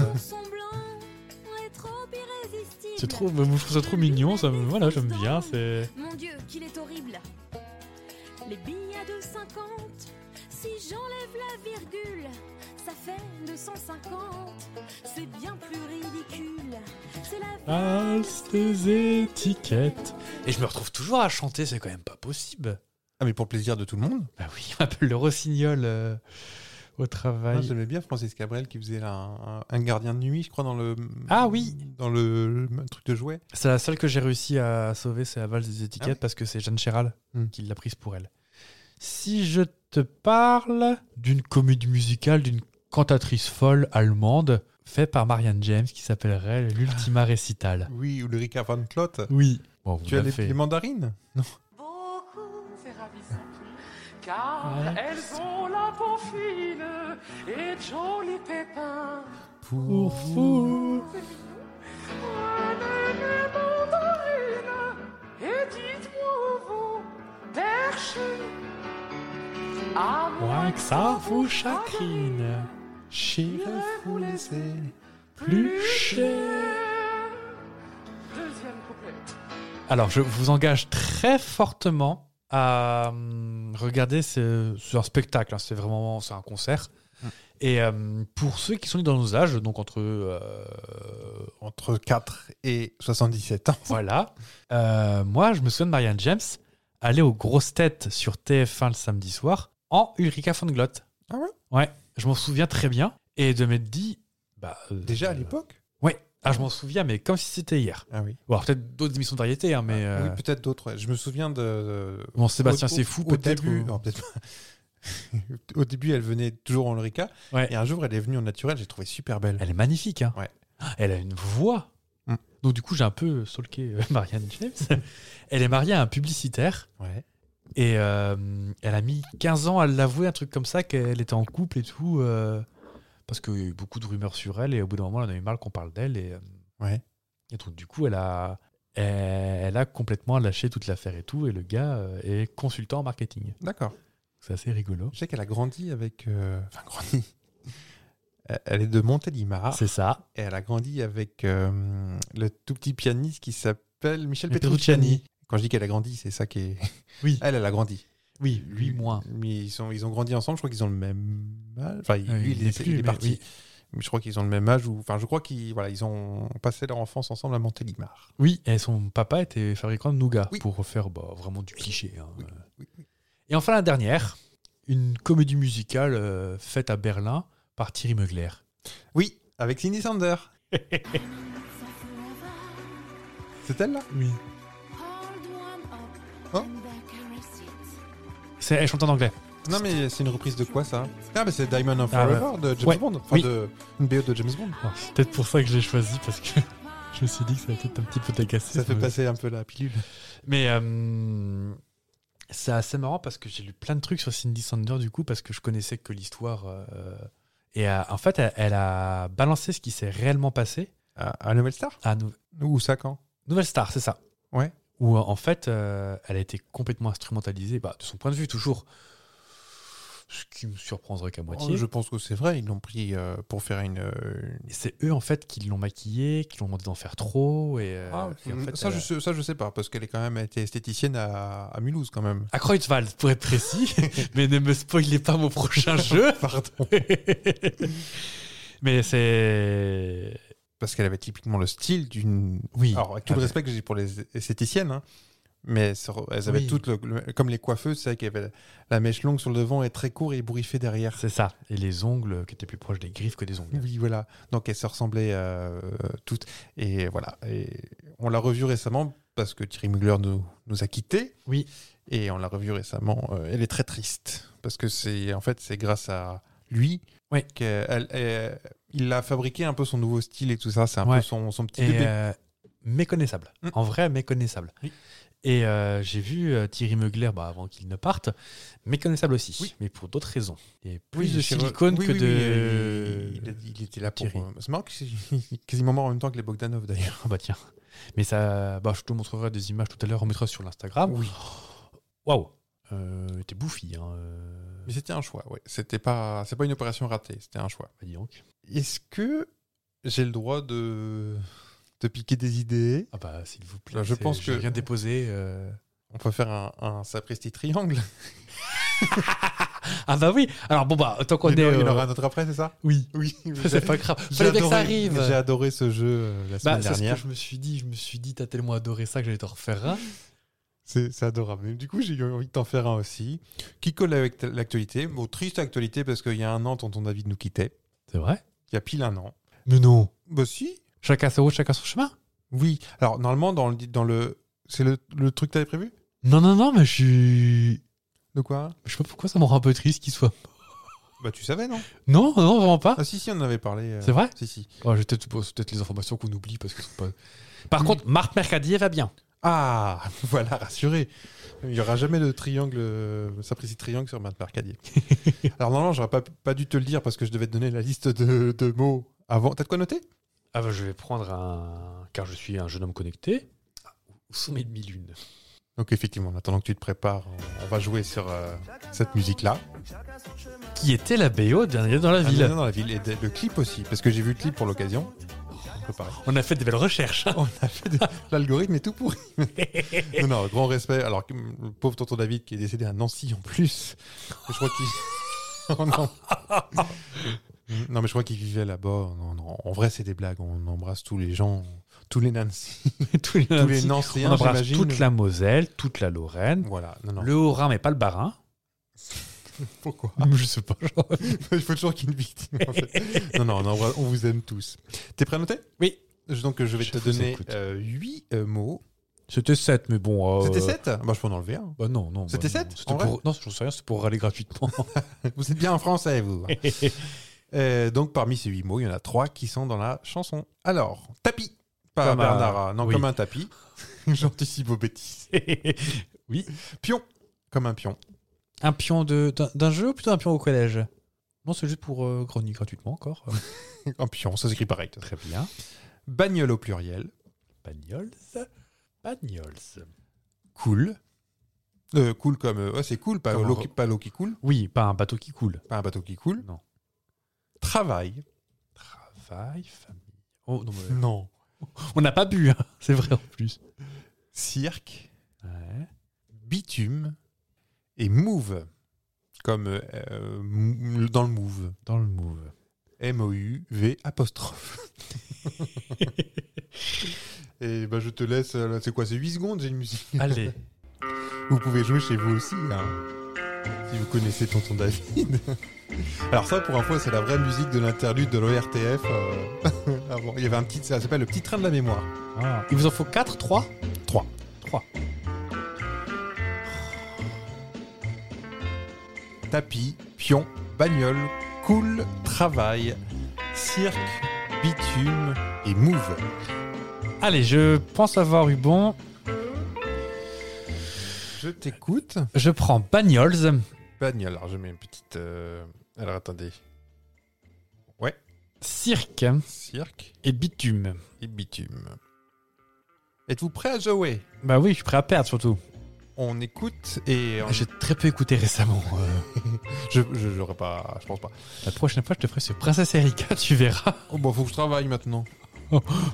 Speaker 5: c'est trop, moi, je trouve ça trop mignon, ça, me- voilà, j'aime bien. C'est...
Speaker 2: Mon Dieu, qu'il est horrible. Les billets de 50, si j'enlève la virgule, ça fait 250. C'est bien plus ridicule. C'est la
Speaker 5: Valse des étiquettes. Et je me retrouve toujours à chanter, c'est quand même pas possible.
Speaker 4: Ah, mais pour le plaisir de tout le monde.
Speaker 5: Bah oui, on m'appelle le rossignol euh, au
Speaker 4: Moi,
Speaker 5: travail.
Speaker 4: J'aimais bien Francis Cabrel qui faisait là un, un- un gardien de nuit, je crois, dans le.
Speaker 5: Ah oui.
Speaker 4: Dans le, le truc de jouet.
Speaker 5: C'est la seule que j'ai réussi à sauver, c'est la valse des étiquettes,
Speaker 4: Ah ouais
Speaker 5: parce que c'est Jeanne Chéral
Speaker 4: Hmm.
Speaker 5: qui l'a prise pour elle. Si je te parle d'une comédie musicale d'une cantatrice folle allemande, faite par Marianne James, qui s'appellerait L'Ultima Récital.
Speaker 4: Oui, Ulrika von Klott.
Speaker 5: Oui. Bon,
Speaker 4: Tu as les, les mandarines
Speaker 7: Beaucoup, c'est ravissant. Car elles ont la peau fine et de jolis pépins.
Speaker 5: pour fou.
Speaker 7: Prenez les mandarines et dites-moi où vous perchez. À
Speaker 5: Moins que ça vous chagrine,
Speaker 4: Chez la foule, c'est-
Speaker 5: plus cher.
Speaker 7: Deuxième couplet.
Speaker 5: Alors, je vous engage très fortement à euh, regarder ce, ce spectacle. hein. C'est vraiment c'est un concert.
Speaker 4: Hum.
Speaker 5: Et euh, pour ceux qui sont nés dans nos âges, donc entre euh,
Speaker 4: Entre 4 et 77 ans.
Speaker 5: voilà, euh, moi je me souviens de Marianne James aller aux grosses têtes sur TF1 le samedi soir en Ulrika von Glott.
Speaker 4: Ah ouais
Speaker 5: Ouais, je m'en souviens très bien et de m'être dit bah euh,
Speaker 4: Déjà à l'époque
Speaker 5: Ouais, ah, je m'en souviens mais comme si c'était hier.
Speaker 4: Ah oui.
Speaker 5: Ou alors peut-être d'autres émissions de variété, hein, mais
Speaker 4: Ah,
Speaker 5: euh,
Speaker 4: Oui, peut-être d'autres. ouais. Je me souviens de. de-
Speaker 5: bon Sébastien
Speaker 4: au-
Speaker 5: c'est
Speaker 4: au-
Speaker 5: fou
Speaker 4: au
Speaker 5: peut-être.
Speaker 4: début-
Speaker 5: ou-
Speaker 4: non, peut-être pas. Au début, elle venait toujours en Ulrika.
Speaker 5: Ouais.
Speaker 4: Et un jour, elle est venue en naturel. J'ai trouvé super belle.
Speaker 5: Elle est magnifique, hein.
Speaker 4: Ouais.
Speaker 5: Elle a une voix.
Speaker 4: Mm.
Speaker 5: Donc du coup, j'ai un peu solqué euh, Marianne James. elle est mariée à un publicitaire
Speaker 4: Ouais.
Speaker 5: et euh, elle a mis 15 ans à l'avouer, un truc comme ça, qu'elle était en couple et tout, euh, parce qu'il y a eu beaucoup de rumeurs sur elle et au bout d'un moment, elle en a eu marre qu'on parle d'elle et, euh,
Speaker 4: Ouais.
Speaker 5: et donc du coup, elle a Et elle a complètement lâché toute l'affaire et tout, et le gars euh, est consultant en marketing.
Speaker 4: D'accord.
Speaker 5: C'est assez rigolo.
Speaker 4: Je sais qu'elle a grandi avec. euh, Enfin, grandi. Elle- Elle est de Montélimar.
Speaker 5: C'est ça.
Speaker 4: Et elle a grandi avec euh, le tout petit pianiste qui s'appelle Michel
Speaker 5: Et
Speaker 4: Petrucciani.
Speaker 5: Petrucciani.
Speaker 4: Quand je dis qu'elle a grandi, c'est ça qui est.
Speaker 5: Oui.
Speaker 4: Elle, elle a grandi.
Speaker 5: Oui, lui, moins.
Speaker 4: Mais ils, sont, ils ont grandi ensemble, je crois qu'ils ont le même âge. Enfin,
Speaker 5: Ah,
Speaker 4: lui,
Speaker 5: il
Speaker 4: il,
Speaker 5: l'est
Speaker 4: est,
Speaker 5: plus,
Speaker 4: il est
Speaker 5: mais
Speaker 4: parti.
Speaker 5: oui.
Speaker 4: Mais je crois qu'ils ont le même âge. Ou... Enfin, je crois qu'ils voilà, ils ont passé leur enfance ensemble à Montélimar.
Speaker 5: Oui, et son papa était fabricant de nougat
Speaker 4: Oui.
Speaker 5: pour faire bah, vraiment du cliché. hein.
Speaker 4: Oui, oui, oui.
Speaker 5: Et enfin, la dernière, une comédie musicale euh, faite à Berlin par Thierry Mugler.
Speaker 4: Oui, avec Cindy Sander. c'est elle, là
Speaker 5: Oui. C'est, elle chante en anglais.
Speaker 4: Non, mais c'est une reprise de quoi, ça Ah, mais c'est Diamond of
Speaker 5: Ah,
Speaker 4: Forever de James
Speaker 5: Ouais,
Speaker 4: Bond. Enfin,
Speaker 5: oui.
Speaker 4: de... une BO de James Bond.
Speaker 5: Alors, c'est peut-être pour ça que je l'ai choisi, parce que je me suis dit que ça allait peut-être un petit peu t'agacer.
Speaker 4: Ça fait
Speaker 5: me-
Speaker 4: passer un peu la pilule.
Speaker 5: Mais euh, c'est assez marrant parce que j'ai lu plein de trucs sur Cindy Sander du coup parce que je connaissais que l'histoire. euh, et euh, en fait, elle, elle a balancé ce qui s'est réellement passé
Speaker 4: À, à Nouvelle Star
Speaker 5: à Nou-
Speaker 4: Ou ça, quand
Speaker 5: Nouvelle Star, c'est ça.
Speaker 4: Ouais.
Speaker 5: Où euh, en fait, euh, elle a été complètement instrumentalisée, bah, de son point de vue toujours. Ce qui me surprendrait qu'à moitié.
Speaker 4: Oh, Je pense que c'est vrai, ils l'ont pris euh, pour faire une. euh,
Speaker 5: Et C'est eux en fait qui l'ont maquillée, qui l'ont demandé d'en faire trop. Et, euh,
Speaker 4: Ah,
Speaker 5: et en fait,
Speaker 4: ça,
Speaker 5: elle
Speaker 4: je
Speaker 5: a-
Speaker 4: sais, ça, je sais pas, parce qu'elle est quand même été esthéticienne à, à Mulhouse, quand même.
Speaker 5: À Kreuzwald, pour être précis, mais ne me spoilez pas mon prochain jeu.
Speaker 4: Pardon.
Speaker 5: mais c'est.
Speaker 4: Parce qu'elle avait typiquement le style d'une.
Speaker 5: Oui.
Speaker 4: Alors, avec tout le
Speaker 5: Ah,
Speaker 4: respect que j'ai pour les esthéticiennes, hein, mais sur- elles avaient
Speaker 5: Oui.
Speaker 4: toutes, le- le- comme les coiffeuses, c'est vrai qu'il y avait la mèche longue sur le devant et très court et ébouriffée derrière.
Speaker 5: C'est ça. Et les ongles qui étaient plus proches des griffes que des ongles.
Speaker 4: Oui, voilà. Donc, elles se ressemblaient euh, toutes. Et voilà. Et on l'a revue récemment parce que Thierry Mugler nous, nous a quittés.
Speaker 5: Oui.
Speaker 4: Et on l'a revue récemment. euh, elle est très triste parce que c'est en fait c'est grâce à lui
Speaker 5: Ouais.
Speaker 4: qu'elle elle- il a fabriqué un peu son nouveau style et tout ça. C'est un
Speaker 5: Ouais.
Speaker 4: peu son, son petit
Speaker 5: Et
Speaker 4: bébé.
Speaker 5: euh, méconnaissable.
Speaker 4: Mm.
Speaker 5: En vrai, méconnaissable.
Speaker 4: Oui.
Speaker 5: Et euh, j'ai vu euh, Thierry Mugler bah, avant qu'il ne parte, méconnaissable aussi,
Speaker 4: Oui.
Speaker 5: mais pour d'autres raisons. Il y avait
Speaker 4: Oui,
Speaker 5: plus de
Speaker 4: chez-
Speaker 5: silicone
Speaker 4: oui,
Speaker 5: que
Speaker 4: oui,
Speaker 5: de.
Speaker 4: oui, il, il- il était là pour.
Speaker 5: Thierry.
Speaker 4: euh, C'est marrant que c'est- quasiment mort en même temps que les Bogdanov d'ailleurs.
Speaker 5: Ah bah tiens. Mais ça, bah, je te montrerai des images tout à l'heure, on mettra sur l'Instagram. Oh,
Speaker 4: Oui.
Speaker 5: Waouh. Euh, il était bouffi. Hein. euh,
Speaker 4: Mais c'était un choix. Ouais. C'était pas c'est pas une opération ratée. C'était un choix.
Speaker 5: bah, dis donc.
Speaker 4: Est-ce que j'ai le droit de de piquer des idées
Speaker 5: Ah bah s'il vous plaît.
Speaker 4: Bah, je
Speaker 5: c'est-
Speaker 4: pense
Speaker 5: j'ai
Speaker 4: que-
Speaker 5: rien déposé. euh.
Speaker 4: On peut faire un, un sapristi triangle.
Speaker 5: Ah bah oui. Alors bon bah tant qu'on
Speaker 4: il, y
Speaker 5: est.
Speaker 4: en a- il y en
Speaker 5: euh,
Speaker 4: aura un autre après, c'est ça
Speaker 5: Oui.
Speaker 4: Oui. vous avez-
Speaker 5: C'est pas grave.
Speaker 4: J'ai
Speaker 5: Fallait bien que ça
Speaker 4: adoré-
Speaker 5: arrive.
Speaker 4: J'ai adoré ce jeu euh, la semaine
Speaker 5: Bah, c'est ce que
Speaker 4: dernière.
Speaker 5: je me suis dit. Je me suis dit t'as tellement adoré ça que j'allais te refaire un.
Speaker 4: C'est c'est adorable. Mais du coup, j'ai eu envie de t'en faire un aussi, qui colle avec t- l'actualité. Bon, triste actualité parce qu'il y a un an, tonton David nous quittait.
Speaker 5: C'est vrai.
Speaker 4: Il y a pile un an.
Speaker 5: Mais non.
Speaker 4: Bah si.
Speaker 5: Chacun sa route, chacun son chemin.
Speaker 4: Oui. Alors normalement, dans le dans le c'est le, le truc que t'avais prévu
Speaker 5: Non non non mais je suis.
Speaker 4: De quoi
Speaker 5: Je sais pas pourquoi ça me rend un peu triste qu'il soit.
Speaker 4: Bah tu savais non
Speaker 5: Non non vraiment pas.
Speaker 4: Ah si si, on en avait parlé. euh,
Speaker 5: Ah. C'est vrai.
Speaker 4: Si si.
Speaker 5: Oh, j'ai peut-être bon, c'est peut-être les informations qu'on oublie parce que sont pas. Par contre, Marc Mercadier va bien.
Speaker 4: Ah, voilà, rassuré. Il n'y aura jamais de triangle, euh, sapristi triangle sur Matt Mercadier. Alors, normalement, j'aurais pas, pas dû te le dire parce que je devais te donner la liste de, de mots avant. T'as de quoi noter
Speaker 5: Ah bah, je vais prendre un. Car je suis un jeune homme connecté. Où sont mes demi-lunes
Speaker 4: Donc, effectivement, en attendant que tu te prépares, on, on va jouer sur euh, cette musique-là.
Speaker 5: Qui était la BO d'un Alien dans la
Speaker 4: Ah,
Speaker 5: ville.
Speaker 4: non, non, dans la ville. Et le clip aussi, parce que j'ai vu le clip pour l'occasion. Préparé.
Speaker 5: On a fait des belles recherches. hein.
Speaker 4: L'algorithme est tout pourri. non, non, grand respect. Alors, que, hum, le pauvre tonton David qui est décédé à Nancy en plus. Je crois qu'il. Oh non. Non, mais je crois qu'il vivait là-bas. Non, non. En vrai, c'est des blagues. On embrasse tous les gens, tous les Nancy,
Speaker 5: tous les,
Speaker 4: tous les
Speaker 5: Nancy. On
Speaker 4: Nancéens,
Speaker 5: embrasse
Speaker 4: j'imagine.
Speaker 5: toute la Moselle, toute la Lorraine,
Speaker 4: Voilà. Non, non.
Speaker 5: le Haut-Rhin, mais pas le Bas-Rhin.
Speaker 4: Pourquoi
Speaker 5: Ah, Je sais pas. genre.
Speaker 4: Il faut toujours qu'il y ait une victime. en fait. non, non, on, embrasse- on vous aime tous. T'es prêt à noter
Speaker 5: Oui.
Speaker 4: Je- Donc, je vais
Speaker 5: Je
Speaker 4: te
Speaker 5: vous
Speaker 4: donner
Speaker 5: écoute.
Speaker 4: 8 mots.
Speaker 5: C'était 7, mais bon. euh,
Speaker 4: C'était 7 bah, Je peux en enlever un.
Speaker 5: Bah non, non.
Speaker 4: C'était
Speaker 5: bah non.
Speaker 4: sept,
Speaker 5: C'était
Speaker 4: en
Speaker 5: pour...
Speaker 4: vrai
Speaker 5: Non, j'en sais rien, c'était pour râler gratuitement.
Speaker 4: Vous êtes bien en français, vous. Euh, donc, parmi ces huit mots, il y en a trois qui sont dans la chanson. Alors, tapis. Pas
Speaker 5: Comme un-
Speaker 4: Bernard, hein, non,
Speaker 5: oui.
Speaker 4: comme un tapis. J'anticipe vos bêtises.
Speaker 5: oui.
Speaker 4: Pion, comme un pion.
Speaker 5: Un pion de- d'un d'un jeu ou plutôt un pion au collège Non, c'est juste pour euh, grogner gratuitement encore. Euh,
Speaker 4: Un pion, ça s'écrit pareil.
Speaker 5: Très bien.
Speaker 4: Bagnole au pluriel.
Speaker 5: Bagnoles. Bagnols.
Speaker 4: Cool. Euh, cool comme. euh, ouais, c'est cool, pas
Speaker 5: Comme
Speaker 4: l'eau
Speaker 5: un-
Speaker 4: qui, pas l'eau qui coule,
Speaker 5: Oui, pas un bateau qui coule.
Speaker 4: pas un bateau qui coule.
Speaker 5: Non.
Speaker 4: Travail.
Speaker 5: Travail, famille. Oh, non, mais-
Speaker 4: Non.
Speaker 5: on n'a pas bu, hein, c'est vrai en plus.
Speaker 4: Cirque,
Speaker 5: Ouais.
Speaker 4: bitume et move. Comme euh, euh, mou- dans le move.
Speaker 5: Dans le move.
Speaker 4: M-O-U-V apostrophe. Et bah, je te laisse. euh, là, C'est quoi C'est 8 secondes, j'ai une musique.
Speaker 5: Allez.
Speaker 4: Vous pouvez jouer chez vous aussi, hein, si vous connaissez Tonton David. Alors ça, pour info, c'est la vraie musique de l'interlude de l'ORTF. euh, avant. Il y avait un petit, ça s'appelle le petit train de la mémoire.
Speaker 5: Ah. Il vous en faut 4, 3
Speaker 4: Trois.
Speaker 5: 3.
Speaker 4: Tapis, pion, bagnole, cool, travail, cirque, bitume et move.
Speaker 5: Allez, je pense avoir eu bon.
Speaker 4: Je t'écoute.
Speaker 5: Je prends Bagnols.
Speaker 4: Bagnole. Alors je mets une petite. euh, Alors attendez.
Speaker 5: Cirque
Speaker 4: Cirque
Speaker 5: et bitume.
Speaker 4: et bitume. Êtes-vous prêt à jouer
Speaker 5: Bah oui, je suis prêt à perdre surtout.
Speaker 4: On écoute et on-
Speaker 5: J'ai très peu écouté récemment. euh.
Speaker 4: je je j'aurais pas, je pense pas.
Speaker 5: La prochaine fois, je te ferai sur Princesse Erika, tu verras.
Speaker 4: Oh bah faut que je travaille maintenant.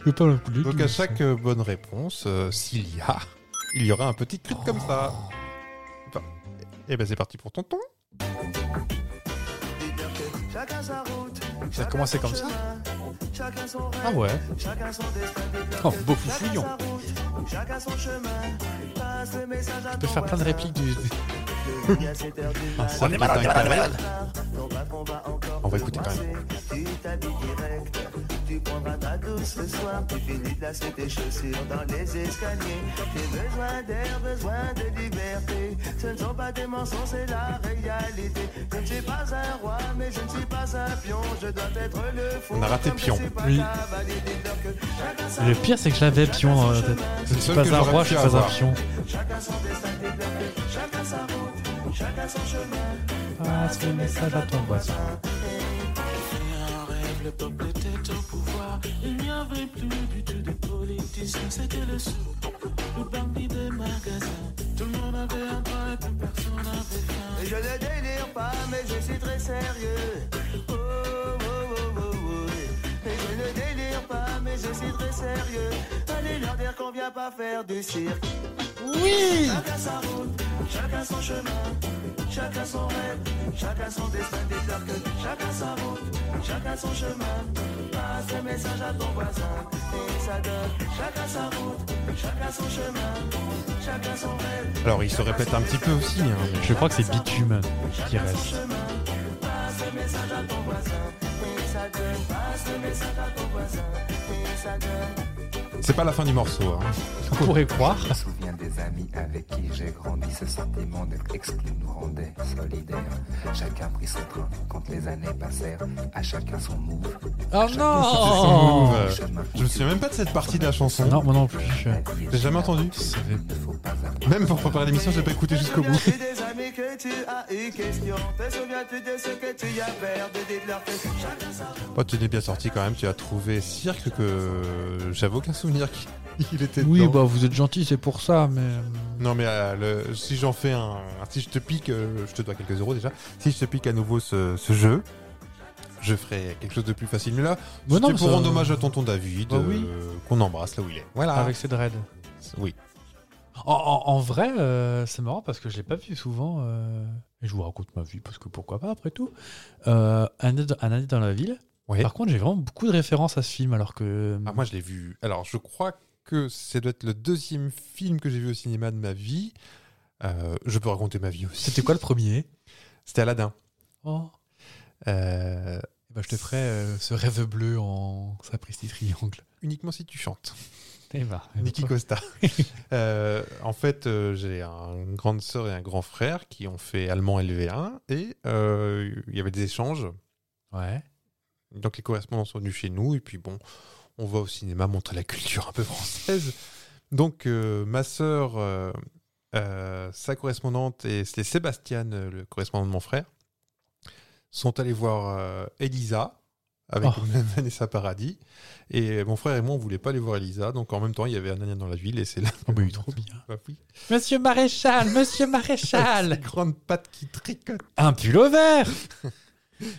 Speaker 5: Je pas le
Speaker 4: Donc à chaque euh, bonne réponse, euh, s'il y a, il y aura un petit clip comme ça. Et ben c'est parti pour tonton.
Speaker 5: Ça a commencé comme ça Ah ouais. Oh, beau fouillon. Je peux faire plein de répliques du.
Speaker 4: On est malade, on est malade, on est malade. On va écouter quand même. On a raté pion.
Speaker 5: Oui. Le pire, c'est que je l'avais pion dans la tête.
Speaker 4: C'est le
Speaker 5: Je suis
Speaker 4: seul
Speaker 5: pas
Speaker 4: que
Speaker 5: un
Speaker 4: j'aurais
Speaker 5: roi,
Speaker 4: pu
Speaker 5: je suis pas un
Speaker 4: avoir.
Speaker 5: pion. Passe le Ah, message à ton voisin.
Speaker 8: Le peuple était au pouvoir, il n'y avait plus du tout de politiciens, c'était le sou, le bandit des magasins. Tout le monde avait un droit et plus personne n'avait rien.
Speaker 9: Je ne délire pas, mais je suis très sérieux. Oh, oh, oh, oh, oh. Et je ne délire pas, mais je suis très sérieux. Allez leur dire qu'on vient pas faire du cirque. Oui Chacun sa route, chacun son chemin, chacun son rêve, chacun son destin des que chacun sa route, chacun son chemin. Passe le message à ton voisin, et ça donne chacun sa route, chacun son chemin, chacun son rêve.
Speaker 4: Alors il se répète un petit peu aussi. hein, mais-
Speaker 5: Je crois que c'est bitume qui reste.
Speaker 4: C'est pas la fin du morceau. hein.
Speaker 5: On pourrait croire.
Speaker 10: Je me souviens des amis avec qui j'ai grandi. Ce sentiment d'être exclu nous rendait solidaires. Chacun prit son train quand les années passèrent. À chacun son move.
Speaker 5: Oh
Speaker 4: Son
Speaker 5: non
Speaker 4: move. Oh. Je me souviens même pas de cette partie de la chanson.
Speaker 5: Non, moi non plus.
Speaker 4: J'ai jamais entendu.
Speaker 10: Ne faut pas apprendre.
Speaker 4: Même pour préparer l'émission, j'ai pas écouté jusqu'au bout.
Speaker 9: Souviens-tu des amis que tu as eu question Te souviens-tu de ce que tu y as perdu Dites-leur que chacun sa
Speaker 4: Oh, tu t'es bien sorti quand même. Tu as trouvé cirque que j'avais aucun souvenir qu'il était
Speaker 5: Oui,
Speaker 4: dedans.
Speaker 5: bah vous êtes gentil, c'est pour ça, mais.
Speaker 4: Non mais euh, le- si j'en fais un, si je te pique, euh, je te dois quelques euros déjà. Si je te pique à nouveau ce, ce jeu, je ferai quelque chose de plus facile. Mais là,
Speaker 5: Mais non,
Speaker 4: c'était
Speaker 5: mais
Speaker 4: pour
Speaker 5: ça-
Speaker 4: rendre hommage à tonton David,
Speaker 5: Bah oui.
Speaker 4: euh, qu'on embrasse là où il est. Voilà.
Speaker 5: Avec ses dreads.
Speaker 4: Oui.
Speaker 5: En, en- en vrai, euh, c'est marrant parce que je l'ai pas vu souvent. euh, et je vous raconte ma vie parce que pourquoi pas après tout. Euh, un, année dans- un année dans la ville.
Speaker 4: Ouais.
Speaker 5: Par contre, j'ai vraiment beaucoup de références à ce film alors que.
Speaker 4: Ah, moi je l'ai vu. Alors je crois que ça doit être le deuxième film que j'ai vu au cinéma de ma vie. Euh, je peux raconter ma vie aussi.
Speaker 5: C'était quoi le premier
Speaker 4: C'était Aladdin.
Speaker 5: Oh.
Speaker 4: Euh,
Speaker 5: Eh ben, je te ferai euh, ce rêve bleu en sapristi triangle.
Speaker 4: uniquement si tu chantes.
Speaker 5: Eh ben,
Speaker 4: Niki Costa. Euh, en fait, euh, j'ai un- une grande sœur et un grand frère qui ont fait allemand LV1 et euh, il y avait des échanges.
Speaker 5: Ouais.
Speaker 4: Donc les correspondants sont venus chez nous et puis bon, on va au cinéma montrer la culture un peu française. Donc euh, ma sœur, euh, euh, sa correspondante et c'était Sébastien, euh, le correspondant de mon frère, sont allés voir euh, Elisa avec
Speaker 5: Oh.
Speaker 4: Vanessa Paradis. Et mon frère et moi, on voulait pas aller voir Elisa, donc en même temps, il y avait un nanar dans la ville, et c'est là.
Speaker 5: Oh, mais il est trop bien.
Speaker 4: Bah oui.
Speaker 5: Monsieur Maréchal, Monsieur
Speaker 4: Ces
Speaker 5: Maréchal
Speaker 4: grandes pattes qui tricotent.
Speaker 5: Un pull au vert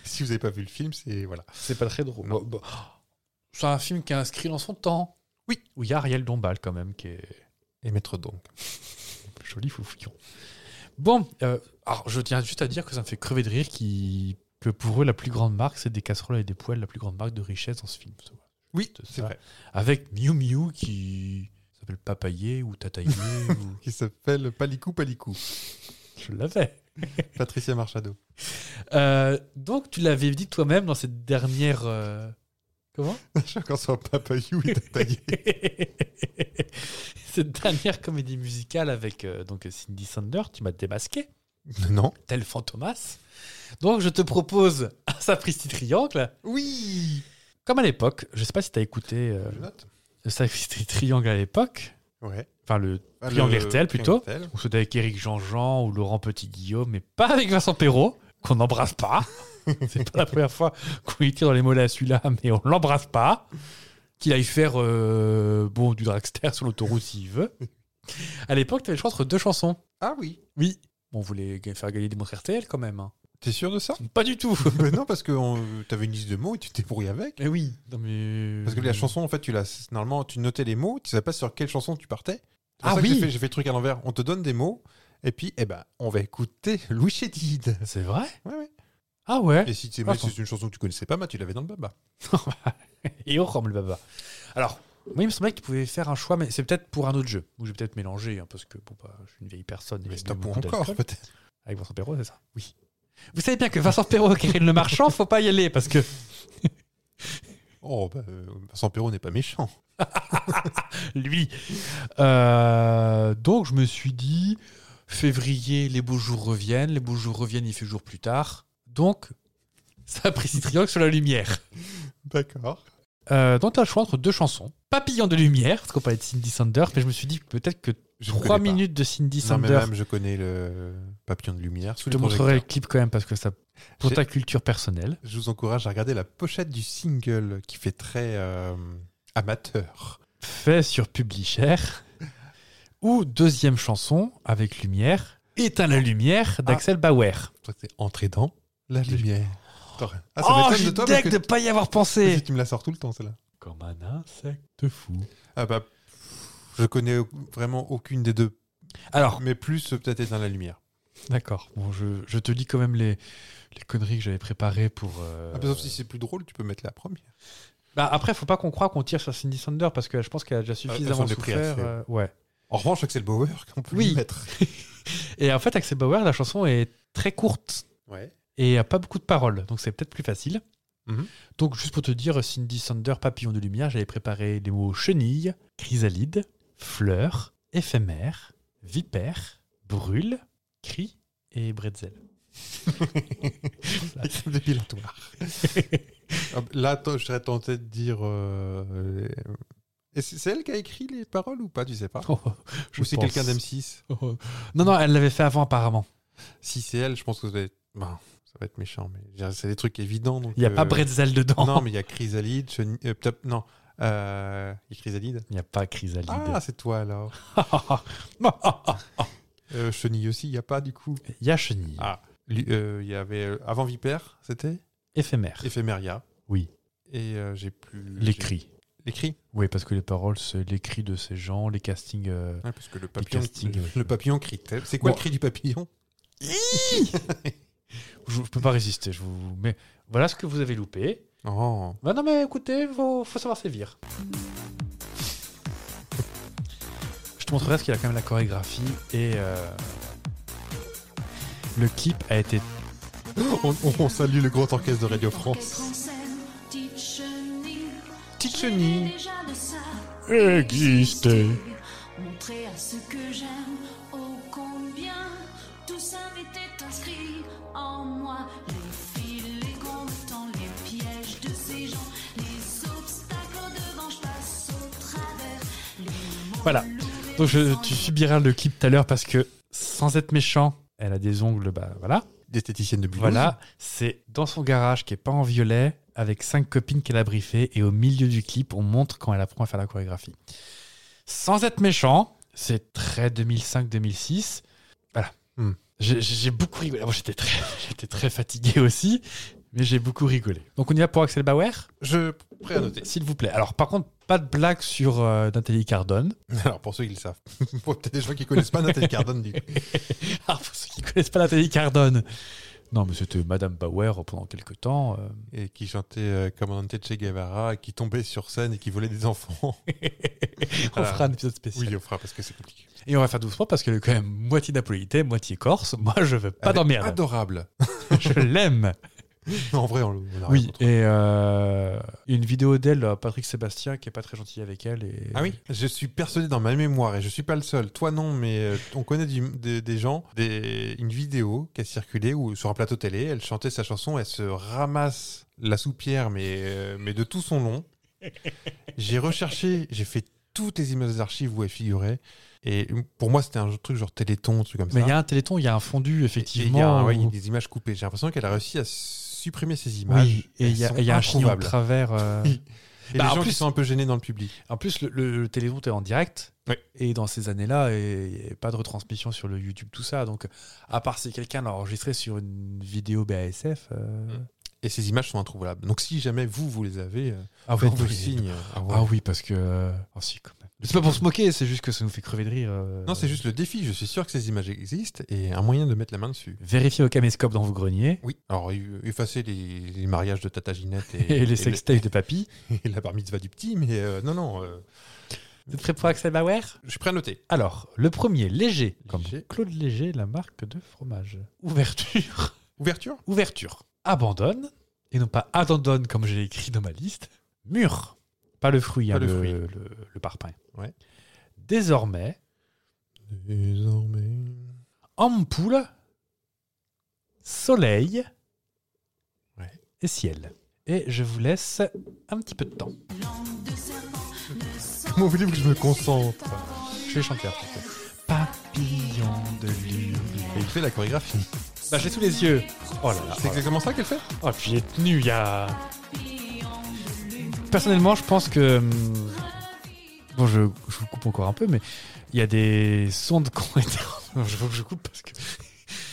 Speaker 4: Si vous n'avez pas vu le film, c'est voilà.
Speaker 5: C'est pas très drôle. Bon, bon. C'est un film qui est inscrit dans son temps. Oui. Où il y a Ariel Dombal quand même, qui est
Speaker 4: Et maître donc.
Speaker 5: joli foufillon. Bon, euh, alors je tiens juste à dire que ça me fait crever de rire qui... que pour eux, la plus grande marque, c'est des casseroles et des poêles, la plus grande marque de richesse dans ce film.
Speaker 4: Oui,
Speaker 5: C'est
Speaker 4: c'est
Speaker 5: ça.
Speaker 4: vrai.
Speaker 5: Avec Miu Miu qui s'appelle Papaye ou Tataillé. ou...
Speaker 4: Qui s'appelle Palicou Palicou.
Speaker 5: Je l'avais.
Speaker 4: Patricia Marchado.
Speaker 5: Euh, donc tu l'avais dit toi-même dans cette dernière... euh, Comment
Speaker 4: Je suis encore sur Papayou et Tataillé.
Speaker 5: Cette dernière comédie musicale avec euh, donc Cindy Sander, tu m'as démasqué,
Speaker 4: Non.
Speaker 5: tel Fantomas. Donc je te propose un sapristi triangle.
Speaker 4: Oui
Speaker 5: Comme à l'époque, je sais pas si tu as écouté euh,
Speaker 4: Je note.
Speaker 5: le sapristi triangle à l'époque,
Speaker 4: Ouais.
Speaker 5: enfin le
Speaker 4: Ah,
Speaker 5: Triangle RTL, plutôt.
Speaker 4: Triangle RTL.
Speaker 5: ou c'était avec Eric Jean-Jean ou Laurent Petit-Guillaume, mais pas avec Vincent Perrault, qu'on n'embrasse pas. C'est pas la première fois qu'on lui tire dans les mollets à celui-là, mais on l'embrasse pas. Qu'il aille faire euh, bon, du dragster sur l'autoroute s'il veut. À l'époque, tu avais le choix entre deux chansons.
Speaker 4: Ah oui.
Speaker 5: Oui. Bon, on voulait ga- faire gagner des montres RTL quand même. hein.
Speaker 4: T'es sûr de ça
Speaker 5: Pas du tout.
Speaker 4: Ben Non, parce que on- t'avais une liste de mots et tu t'es débrouillé avec.
Speaker 5: Mais oui. Non, mais...
Speaker 4: Parce que la chanson, en fait, tu l'as normalement, tu notais les mots, tu savais pas sur quelle chanson tu partais. C'est pour
Speaker 5: Ah
Speaker 4: ça que j'ai
Speaker 5: oui.
Speaker 4: fait- J'ai fait le truc à l'envers. On te donne des mots, et puis, eh ben, on va écouter Louis Chédid.
Speaker 5: C'est vrai
Speaker 4: Ouais, ouais.
Speaker 5: Ah ouais.
Speaker 4: Et si t'es-
Speaker 5: Attends.
Speaker 4: c'est une chanson que tu connaissais pas, bah, tu l'avais dans le baba.
Speaker 5: Et au Rhum, le baba. Alors, moi, il me semblait que tu pouvais faire un choix, mais c'est peut-être pour un autre jeu, où je vais peut-être mélanger, hein, parce que bon, bah, je suis une vieille personne. et
Speaker 4: Mais
Speaker 5: j'ai
Speaker 4: c'est
Speaker 5: bu
Speaker 4: un point
Speaker 5: beaucoup d'alcool.
Speaker 4: encore, peut-être.
Speaker 5: Avec Vincent Perrault, c'est ça Oui. Vous savez bien que Vincent Perrault, Karine Le Marchand, faut pas y aller, parce que
Speaker 4: Oh, bah, euh, Vincent Perrault n'est pas méchant.
Speaker 5: lui. Euh, donc, je me suis dit, février, les beaux jours reviennent, les beaux jours reviennent, il fait jour plus tard. Donc, ça apprécie Trioc sur la lumière.
Speaker 4: D'accord.
Speaker 5: Euh, donc, tu as le choix entre deux chansons. Papillon de lumière, parce qu'on parlait de Cindy Sander, mais je me suis dit que peut-être que
Speaker 4: Je ne
Speaker 5: trois
Speaker 4: connais pas.
Speaker 5: minutes de Cindy
Speaker 4: Non, mais
Speaker 5: Sander
Speaker 4: même, je connais le papillon de lumière.
Speaker 5: Je
Speaker 4: Sous
Speaker 5: te
Speaker 4: les
Speaker 5: montrerai le
Speaker 4: projecteurs.
Speaker 5: clip quand même parce que ça. Pour
Speaker 4: J'ai-
Speaker 5: ta culture personnelle.
Speaker 4: Je vous encourage à regarder la pochette du single qui fait très euh, amateur.
Speaker 5: Fait sur Publisher. Ou deuxième chanson avec lumière. Éteins
Speaker 4: Ah.
Speaker 5: la lumière d'Axel Bauer.
Speaker 4: Toi, t'es entré dans la lumière. T'aurais- Ah, ça
Speaker 5: oh,
Speaker 4: m'étonne
Speaker 5: je suis
Speaker 4: toi, parce
Speaker 5: deg de
Speaker 4: que
Speaker 5: pas y avoir
Speaker 4: parce
Speaker 5: pensé.
Speaker 4: que tu me la sors tout le temps, celle-là.
Speaker 5: Comme un insecte fou.
Speaker 4: Ah bah, je connais vraiment aucune des deux,
Speaker 5: Alors,
Speaker 4: mais plus euh, peut-être dans la lumière.
Speaker 5: d'accord. Bon, je, je te lis quand même les, les conneries que j'avais préparées pour. euh,
Speaker 4: Ah, bah, sauf si c'est plus drôle, tu peux mettre la première.
Speaker 5: Bah, après, faut pas qu'on croie qu'on tire sur Cindy Sander parce que je pense qu'elle a déjà suffisamment
Speaker 4: elles sont des prix à
Speaker 5: souffert.
Speaker 4: faire.
Speaker 5: euh, ouais.
Speaker 4: En revanche, Axel Bauer, qu'on peut
Speaker 5: Oui.
Speaker 4: lui mettre.
Speaker 5: Et en fait, Axel Bauer, la chanson est très courte.
Speaker 4: Ouais.
Speaker 5: et il a pas beaucoup de paroles, donc c'est peut-être plus facile.
Speaker 4: Mhm.
Speaker 5: Donc, juste pour te dire, Cindy Sander, papillon de lumière, j'avais préparé les mots chenille, chrysalide, fleur, éphémère, vipère, brûle, cri et bretzel. Voilà.
Speaker 4: Équipe dépilatoire. Ah, bah, Là, toi, je serais tenté de dire. euh, euh, et c'est c'est elle qui a écrit les paroles ou pas Tu sais pas.
Speaker 5: Oh,
Speaker 4: Ou c'est
Speaker 5: pense.
Speaker 4: quelqu'un d'M6
Speaker 5: Oh. Non, non, elle l'avait fait avant, apparemment.
Speaker 4: Si c'est elle, je pense que ça va être, ben, ça va être méchant, mais je veux dire, c'est des trucs évidents. donc,
Speaker 5: Il n'y a
Speaker 4: euh,
Speaker 5: pas bretzel dedans.
Speaker 4: Non, mais il y a Chrysalide. Chenille- euh, peut-être- non, euh, il y a Chrysalide.
Speaker 5: Il n'y a pas chrysalide.
Speaker 4: Ah, c'est toi alors. Ah. Euh, Chenille aussi, il n'y a pas du coup.
Speaker 5: Il y a chenille,
Speaker 4: Ah. Lui- euh, Il y avait euh, avant Vipère, c'était
Speaker 5: éphémère,
Speaker 4: Éphéméria.
Speaker 5: Oui.
Speaker 4: Et euh, j'ai plus.
Speaker 5: les
Speaker 4: j'ai-
Speaker 5: cris.
Speaker 4: Les cris.
Speaker 5: Oui, parce que les paroles, c'est les cris de ces gens, les castings. euh,
Speaker 4: Ouais, parce que le papillon,
Speaker 5: castings, ouais.
Speaker 4: le papillon crie. C'est quoi
Speaker 5: Bon.
Speaker 4: le cri du papillon
Speaker 5: Je ne peux pas résister. Je vous... Mais voilà ce que vous avez loupé.
Speaker 4: Oh.
Speaker 5: Bah non, mais écoutez, faut, faut savoir sévir. Je te montrerai ce qu'il a quand même la chorégraphie et euh, le clip a été.
Speaker 4: On, Oh, on salue le grand orchestre de Radio France.
Speaker 5: Petite chenille.
Speaker 2: Exister. Montrer à ceux que j'aime, ô combien tout ça m'était inscrit en moi. Les fils, les contents, les pièges de ces gens, les obstacles devant, je passe au travers. Les mots
Speaker 5: Voilà.
Speaker 2: lourds et
Speaker 5: Donc je,
Speaker 2: sans
Speaker 5: tu subiras le clip tout à l'heure parce que sans être méchant, elle a des ongles. Bah voilà.
Speaker 4: D'esthéticienne de Mulhouse.
Speaker 5: Voilà. C'est dans son garage qui est pas en violet avec cinq copines qu'elle a briefées et au milieu du clip, on montre quand elle apprend à faire la chorégraphie. Sans être méchant, c'est très 2005-2006. Voilà.
Speaker 4: Hmm.
Speaker 5: J'ai- J'ai j'ai beaucoup rigolé. Moi, j'étais très, j'étais très fatigué aussi, mais j'ai beaucoup rigolé. Donc, on y va pour Axel Bauer
Speaker 4: Je prêt à noter.
Speaker 5: S'il vous plaît. Alors, par contre, pas de blague sur euh, Nathalie Cardone.
Speaker 4: Alors, pour ceux qui le savent, pour peut-être des gens qui connaissent pas Nathalie Cardone, du coup.
Speaker 5: Alors, Ah, pour ceux qui connaissent pas Nathalie Cardone. Non, mais c'était Madame Bauer pendant quelques temps. euh,
Speaker 4: et qui chantait euh, Comandante Che Guevara, et qui tombait sur scène et qui volait des enfants.
Speaker 5: On
Speaker 4: Voilà.
Speaker 5: fera un épisode spécial.
Speaker 4: Oui, on fera parce que c'est compliqué.
Speaker 5: Et on va faire doucement parce qu'elle est quand même moitié napolitaine, moitié corse. Moi, je veux pas
Speaker 4: Elle est
Speaker 5: dormir.
Speaker 4: Adorable.
Speaker 5: Je l'aime.
Speaker 4: Non, en vrai, on, le- on la
Speaker 5: Oui.
Speaker 4: rencontre.
Speaker 5: Et euh, il y a une vidéo d'elle, euh, Patrick Sébastien, qui est pas très gentil avec elle. Et...
Speaker 4: Ah oui, je suis persuadé dans ma mémoire, et je suis pas le seul, toi non, mais euh, on connaît du- des, des gens, des- une vidéo qui a circulé où, sur un plateau télé, elle chantait sa chanson, elle se ramasse la soupière, mais, euh, mais de tout son long. J'ai recherché, j'ai fait toutes les images d'archives où elle figurait, et pour moi c'était un truc genre Téléthon, un truc comme
Speaker 5: Mais
Speaker 4: ça.
Speaker 5: il y a un téléthon, il y a un fondu, effectivement.
Speaker 4: Et il y a un- ouais,
Speaker 5: où-
Speaker 4: il y a des images coupées. J'ai l'impression qu'elle a réussi à supprimer ces images.
Speaker 5: Oui, et il y a,
Speaker 4: Elles
Speaker 5: et il y a
Speaker 4: sont
Speaker 5: un chignon de
Speaker 4: introuvables.
Speaker 5: travers. euh.
Speaker 4: Oui. Et
Speaker 5: Bah,
Speaker 4: les
Speaker 5: en
Speaker 4: gens
Speaker 5: plus-
Speaker 4: qui sont un peu gênés dans le public.
Speaker 5: En plus, le, le- le téléthon était en direct.
Speaker 4: Oui.
Speaker 5: Et dans ces années-là, et- il n'y avait pas de retransmission sur le YouTube, tout ça. Donc, à part si quelqu'un l'a enregistré sur une vidéo BASF. euh,
Speaker 4: Et ces images sont introuvables. Donc si jamais vous, vous les avez, euh,
Speaker 5: ah, oui,
Speaker 4: faites-vous
Speaker 5: oui.
Speaker 4: signe. Ah ouais.
Speaker 5: Ah oui, parce que. euh, oh, si, quand même. C'est pas pour se moquer, c'est juste que ça nous fait crever de rire. euh.
Speaker 4: Non, c'est juste le défi. Je suis sûr que ces images existent et un moyen de mettre la main dessus.
Speaker 5: Vérifiez au caméscope dans vos greniers
Speaker 4: Oui. Alors, e- effacer les, les mariages de Tata Ginette et,
Speaker 5: et, les
Speaker 4: et le-
Speaker 5: sextapes de papy.
Speaker 4: et la bar mitzvah du petit, mais euh, non, non. euh,
Speaker 5: Vous êtes prêts pour Axel Bauer
Speaker 4: je suis prêt à noter.
Speaker 5: Alors, le premier, Léger, comme
Speaker 4: Léger.
Speaker 5: Claude Léger, la marque de fromage. Ouverture.
Speaker 4: Ouverture
Speaker 5: Ouverture. Abandonne, et non pas abandonne comme j'ai écrit dans ma liste. Mûr. Pas le fruit,
Speaker 4: Pas
Speaker 5: hein,
Speaker 4: le
Speaker 5: le,
Speaker 4: fruit.
Speaker 5: le- le parpaing.
Speaker 4: Ouais.
Speaker 5: Désormais,
Speaker 4: Désormais.
Speaker 5: ampoule, soleil
Speaker 4: Ouais.
Speaker 5: et ciel. Et je vous laisse un petit peu de temps.
Speaker 4: Comment voulez-vous que je me concentre
Speaker 5: Je vais chanter après. Papillon de
Speaker 4: Et il
Speaker 5: lumière.
Speaker 4: fait la chorégraphie.
Speaker 5: Bah, j'ai sous les yeux. Oh là là.
Speaker 4: C'est exactement ça qu'elle fait
Speaker 5: Oh, puis j'ai tenu, il y a. Personnellement, je pense que. hum, Bon, je, je vous coupe encore un peu, mais il y a des sondes qui ont été. Non, je veux que je coupe parce que.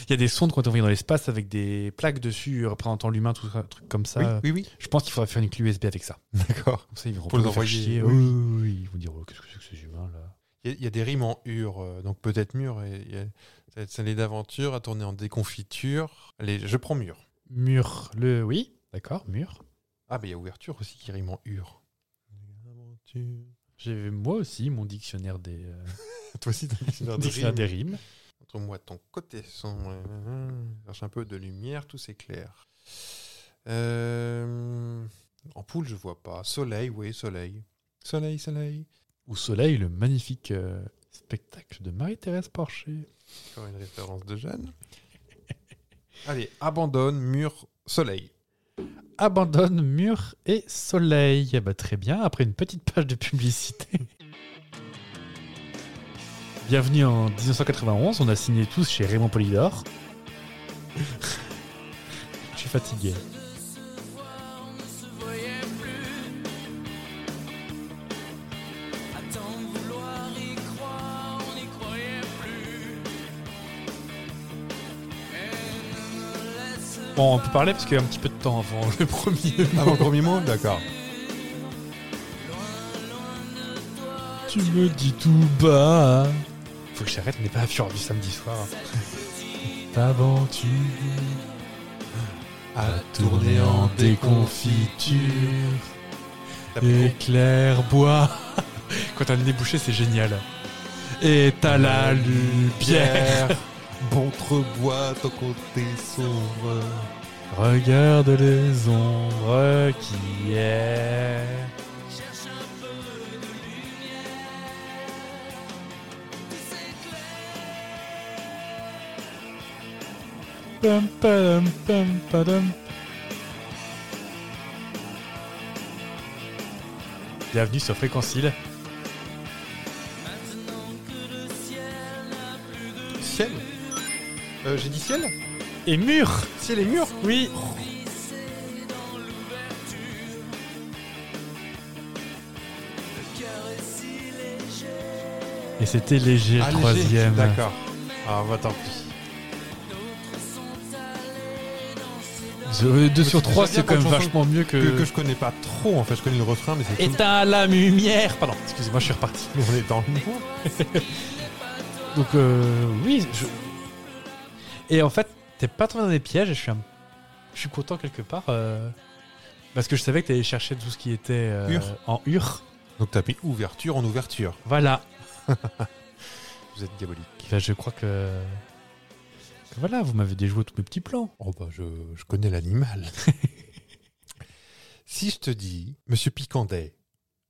Speaker 5: Il y a des sondes qui ont été envoyées dans l'espace avec des plaques dessus représentant l'humain, tout un truc comme ça.
Speaker 4: Oui, oui,
Speaker 5: Je pense qu'il faudrait faire une clé USB avec ça.
Speaker 4: oui. D'accord.
Speaker 5: Comme ça, ils vont
Speaker 4: Pour
Speaker 5: pas
Speaker 4: les
Speaker 5: nous faire
Speaker 4: envoyer,
Speaker 5: chier.
Speaker 4: oui.
Speaker 5: Oui, oui, oui, Ils vont dire, oh, qu'est-ce que c'est que ces humains là
Speaker 4: Il y a- il y, a des rimes en ur, euh, donc peut-être mûr. Et, il y a- ça va être salé d'aventure, à tourner en déconfiture. Allez, je prends mûr.
Speaker 5: Mur, le. Oui, d'accord, mur.
Speaker 4: Ah, mais il y a ouverture aussi qui rime en ur. Aventure.
Speaker 5: J'ai moi aussi mon dictionnaire des, euh,
Speaker 4: Toi aussi, t'as le dictionnaire des
Speaker 5: dictionnaire
Speaker 4: rimes.
Speaker 5: des rimes.
Speaker 4: Entre moi, ton côté sombre. Cherche un peu de lumière, tout s'éclaire. Euh, en poule, je vois pas. Soleil, oui, soleil. Soleil, soleil.
Speaker 5: Au soleil, le magnifique euh, spectacle de Marie-Thérèse Porcher.
Speaker 4: Encore une référence de Jeanne. Allez, abandonne, mur, soleil.
Speaker 5: Abandonne mur et soleil. Eh ben, très bien, après une petite page de publicité. Bienvenue en 1991, on a signé tous chez Raymond Polydor. Je suis fatigué. Bon, on peut parler parce qu'il y a un petit peu de temps avant le premier.
Speaker 4: Avant le premier mot D'accord.
Speaker 5: Tu me dis tout bas. Faut que j'arrête, on n'est pas à Fureur du samedi soir. T'aventure à tourner en déconfiture. Éclair bois. Quand t'as le nez bouché, c'est génial. Et t'as la lumière.
Speaker 4: bon bois, ton côté sombre.
Speaker 5: Regarde les ombres qui est. Pam, pam, pam, padam. Bienvenue sur Fréquencile.
Speaker 4: Ciel Euh, J'ai dit ciel
Speaker 5: Et mur
Speaker 4: Ciel et mur
Speaker 5: Oui Et c'était léger le
Speaker 4: Ah, léger,
Speaker 5: troisième.
Speaker 4: D'accord. Ah, bah tant pis.
Speaker 5: Je- Deux sur
Speaker 4: C'est
Speaker 5: trois,
Speaker 4: bien
Speaker 5: c'est quand
Speaker 4: comme
Speaker 5: même
Speaker 4: chanson
Speaker 5: vachement mieux que.
Speaker 4: Que, que je connais pas trop, en fait, je connais le refrain, mais c'est tout.
Speaker 5: Éteins la lumière Pardon, excusez-moi, je suis reparti.
Speaker 4: Mais on est dans le mot.
Speaker 5: Donc, euh, oui. je- Et en fait, t'es pas tombé dans des pièges et je suis, un- je suis content quelque part. euh, Parce que je savais que t'allais chercher tout ce qui était euh,
Speaker 4: Ur.
Speaker 5: en ur.
Speaker 4: Donc t'as mis ouverture en ouverture.
Speaker 5: Voilà.
Speaker 4: Vous êtes diabolique.
Speaker 5: Ben, je crois que. que Voilà, vous m'avez déjoué tous mes petits plans.
Speaker 4: Oh bah je, je connais l'animal. si je te dis Monsieur Picandet,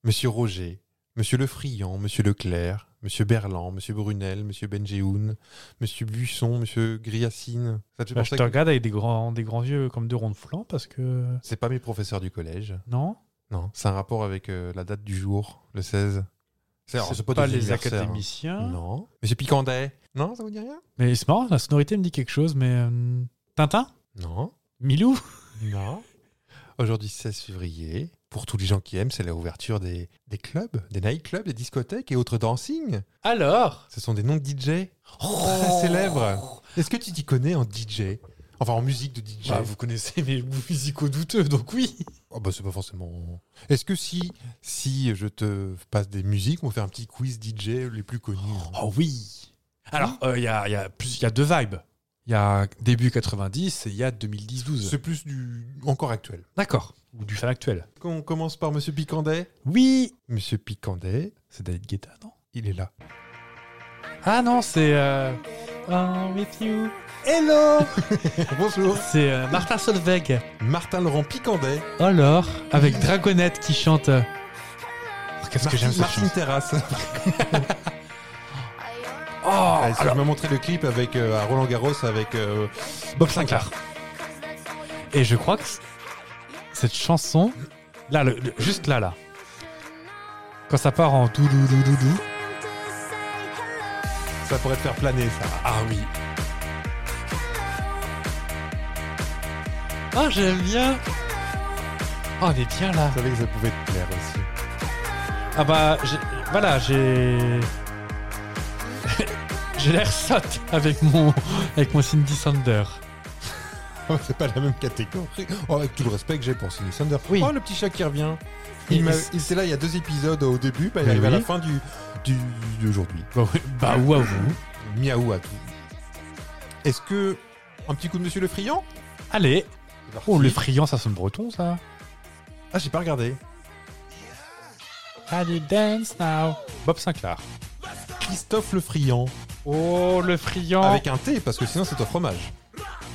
Speaker 4: Monsieur Roger, Monsieur Le Friand, Monsieur Leclerc, Monsieur Berland, Monsieur Brunel, Monsieur Benjehoun, Monsieur Buisson, Monsieur Griassine, ça te fait
Speaker 5: Ben, je
Speaker 4: penser
Speaker 5: te
Speaker 4: à-
Speaker 5: regarde avec des grands, des grands yeux comme deux ronds de flanc parce que.
Speaker 4: C'est pas mes professeurs du collège.
Speaker 5: Non
Speaker 4: Non, c'est un rapport avec euh, la date du jour, le 16. C'est alors,
Speaker 5: C'est
Speaker 4: c'est pas,
Speaker 5: pas
Speaker 4: des
Speaker 5: les
Speaker 4: anniversaires, hein.
Speaker 5: académiciens.
Speaker 4: Non. Monsieur Picandet. Non, ça vous dit rien
Speaker 5: Mais c'est marrant, la sonorité me dit quelque chose, mais. euh, Tintin
Speaker 4: Non.
Speaker 5: Milou
Speaker 4: Non. Aujourd'hui, 16 février. Pour tous les gens qui aiment, c'est la ouverture des, des clubs, des nightclubs, des discothèques et autres dancing.
Speaker 5: Alors
Speaker 4: Ce sont des noms de DJ
Speaker 5: Oh.
Speaker 4: très célèbres. Est-ce que tu t'y connais en DJ Enfin, en musique de DJ
Speaker 5: Bah, vous connaissez mes goûts musicaux douteux, donc oui.
Speaker 4: Oh, bah, c'est pas forcément. Est-ce que si, si je te passe des musiques, on fait un petit quiz DJ les plus connus hein
Speaker 5: Oh oui. Alors, euh, il y, a, y a plus- y a deux vibes. Il y a début 90 et il y a 2010-12.
Speaker 4: C'est plus du encore actuel.
Speaker 5: D'accord. Ou du fan actuel.
Speaker 4: On commence par Monsieur Picandet.
Speaker 5: Oui.
Speaker 4: Monsieur Picandet,
Speaker 5: C'est David Guetta, non
Speaker 4: il est là.
Speaker 5: Ah non, c'est. Euh... I'm with you. Hello
Speaker 4: Bonjour.
Speaker 5: C'est euh, Martin Solveig.
Speaker 4: Martin Laurent Picandet.
Speaker 5: Alors, avec Dragonette qui chante. euh, Qu'est-ce que
Speaker 4: Martin-
Speaker 5: j'aime Ah, cette
Speaker 4: Martine
Speaker 5: chanson
Speaker 4: Terrasse.
Speaker 5: Oh,
Speaker 4: Ah, si je me montrais le clip avec euh, à Roland Garros avec euh,
Speaker 5: Bob Sinclair. Et je crois que c- cette chanson, là, le- le- juste là, là, quand ça part en doudou doudou doudou,
Speaker 4: ça pourrait te faire planer ça.
Speaker 5: ah oui. Ah j'aime bien. Oh on est bien là.
Speaker 4: Je savais que ça pouvait te plaire aussi.
Speaker 5: Ah bah j'ai- voilà j'ai j'ai l'air sotte avec mon avec mon Cindy Sander.
Speaker 4: c'est pas la même catégorie. Oh, avec tout le respect que j'ai pour Sidney Sander.
Speaker 5: Oui.
Speaker 4: Oh le petit chat qui revient.
Speaker 5: Il-
Speaker 4: Il, m'a- il était là il y a deux épisodes au début, bah, il
Speaker 5: Mais
Speaker 4: arrive à
Speaker 5: oui.
Speaker 4: la fin du du- d'aujourd'hui.
Speaker 5: Bah, oui, bah waouh.
Speaker 4: Miaou à tout. Est-ce que un petit coup de Monsieur le Friand
Speaker 5: Allez.
Speaker 4: C'est parti.
Speaker 5: Oh le friand ça sonne breton ça.
Speaker 4: Ah j'ai pas regardé.
Speaker 5: Allez dance now. Bob Sinclair.
Speaker 4: Christophe le Friand
Speaker 5: Oh, le friand
Speaker 4: avec un T parce que sinon c'est au fromage.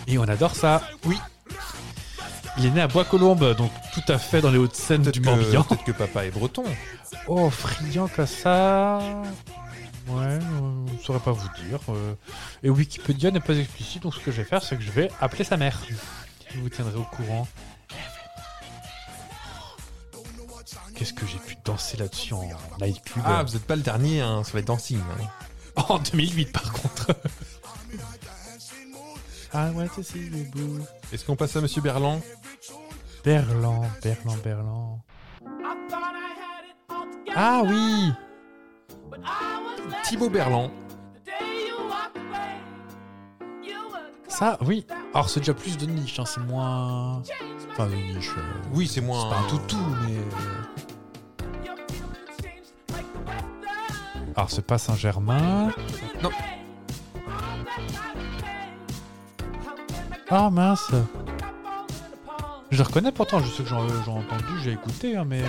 Speaker 5: Et on adore ça
Speaker 4: Oui.
Speaker 5: Il est né à Bois-Colombes, donc tout à fait dans les Hauts-de-Seine
Speaker 4: Peut-être
Speaker 5: du
Speaker 4: que,
Speaker 5: Morbihan.
Speaker 4: peut-être que papa est breton.
Speaker 5: Oh, friand comme ça Ouais, euh, on ne saurait pas vous dire. euh. Et Wikipédia n'est pas explicite, donc ce que je vais faire, c'est que je vais appeler sa mère. Je vous tiendrai au courant. Qu'est-ce que j'ai pu danser là-dessus en nightclub
Speaker 4: Ah vous êtes pas le dernier hein, sur les dancing. hein.
Speaker 5: En 2008, par contre. I want to see you blue.
Speaker 4: Est-ce qu'on passe à Monsieur Berland
Speaker 5: Berlan, Berlan, Berlan. Ah oui
Speaker 4: Thibaut Berland.
Speaker 5: Ça, oui. Alors, c'est déjà plus de niche, hein, c'est moins... Enfin, de niche... euh,
Speaker 4: Oui, c'est moins.
Speaker 5: C'est pas un toutou, mais... euh, Alors, c'est pas Saint-Germain...
Speaker 4: Non.
Speaker 5: Ah, mince Je le reconnais pourtant, je sais que j'en euh, j'en ai entendu, j'ai écouté, hein, mais...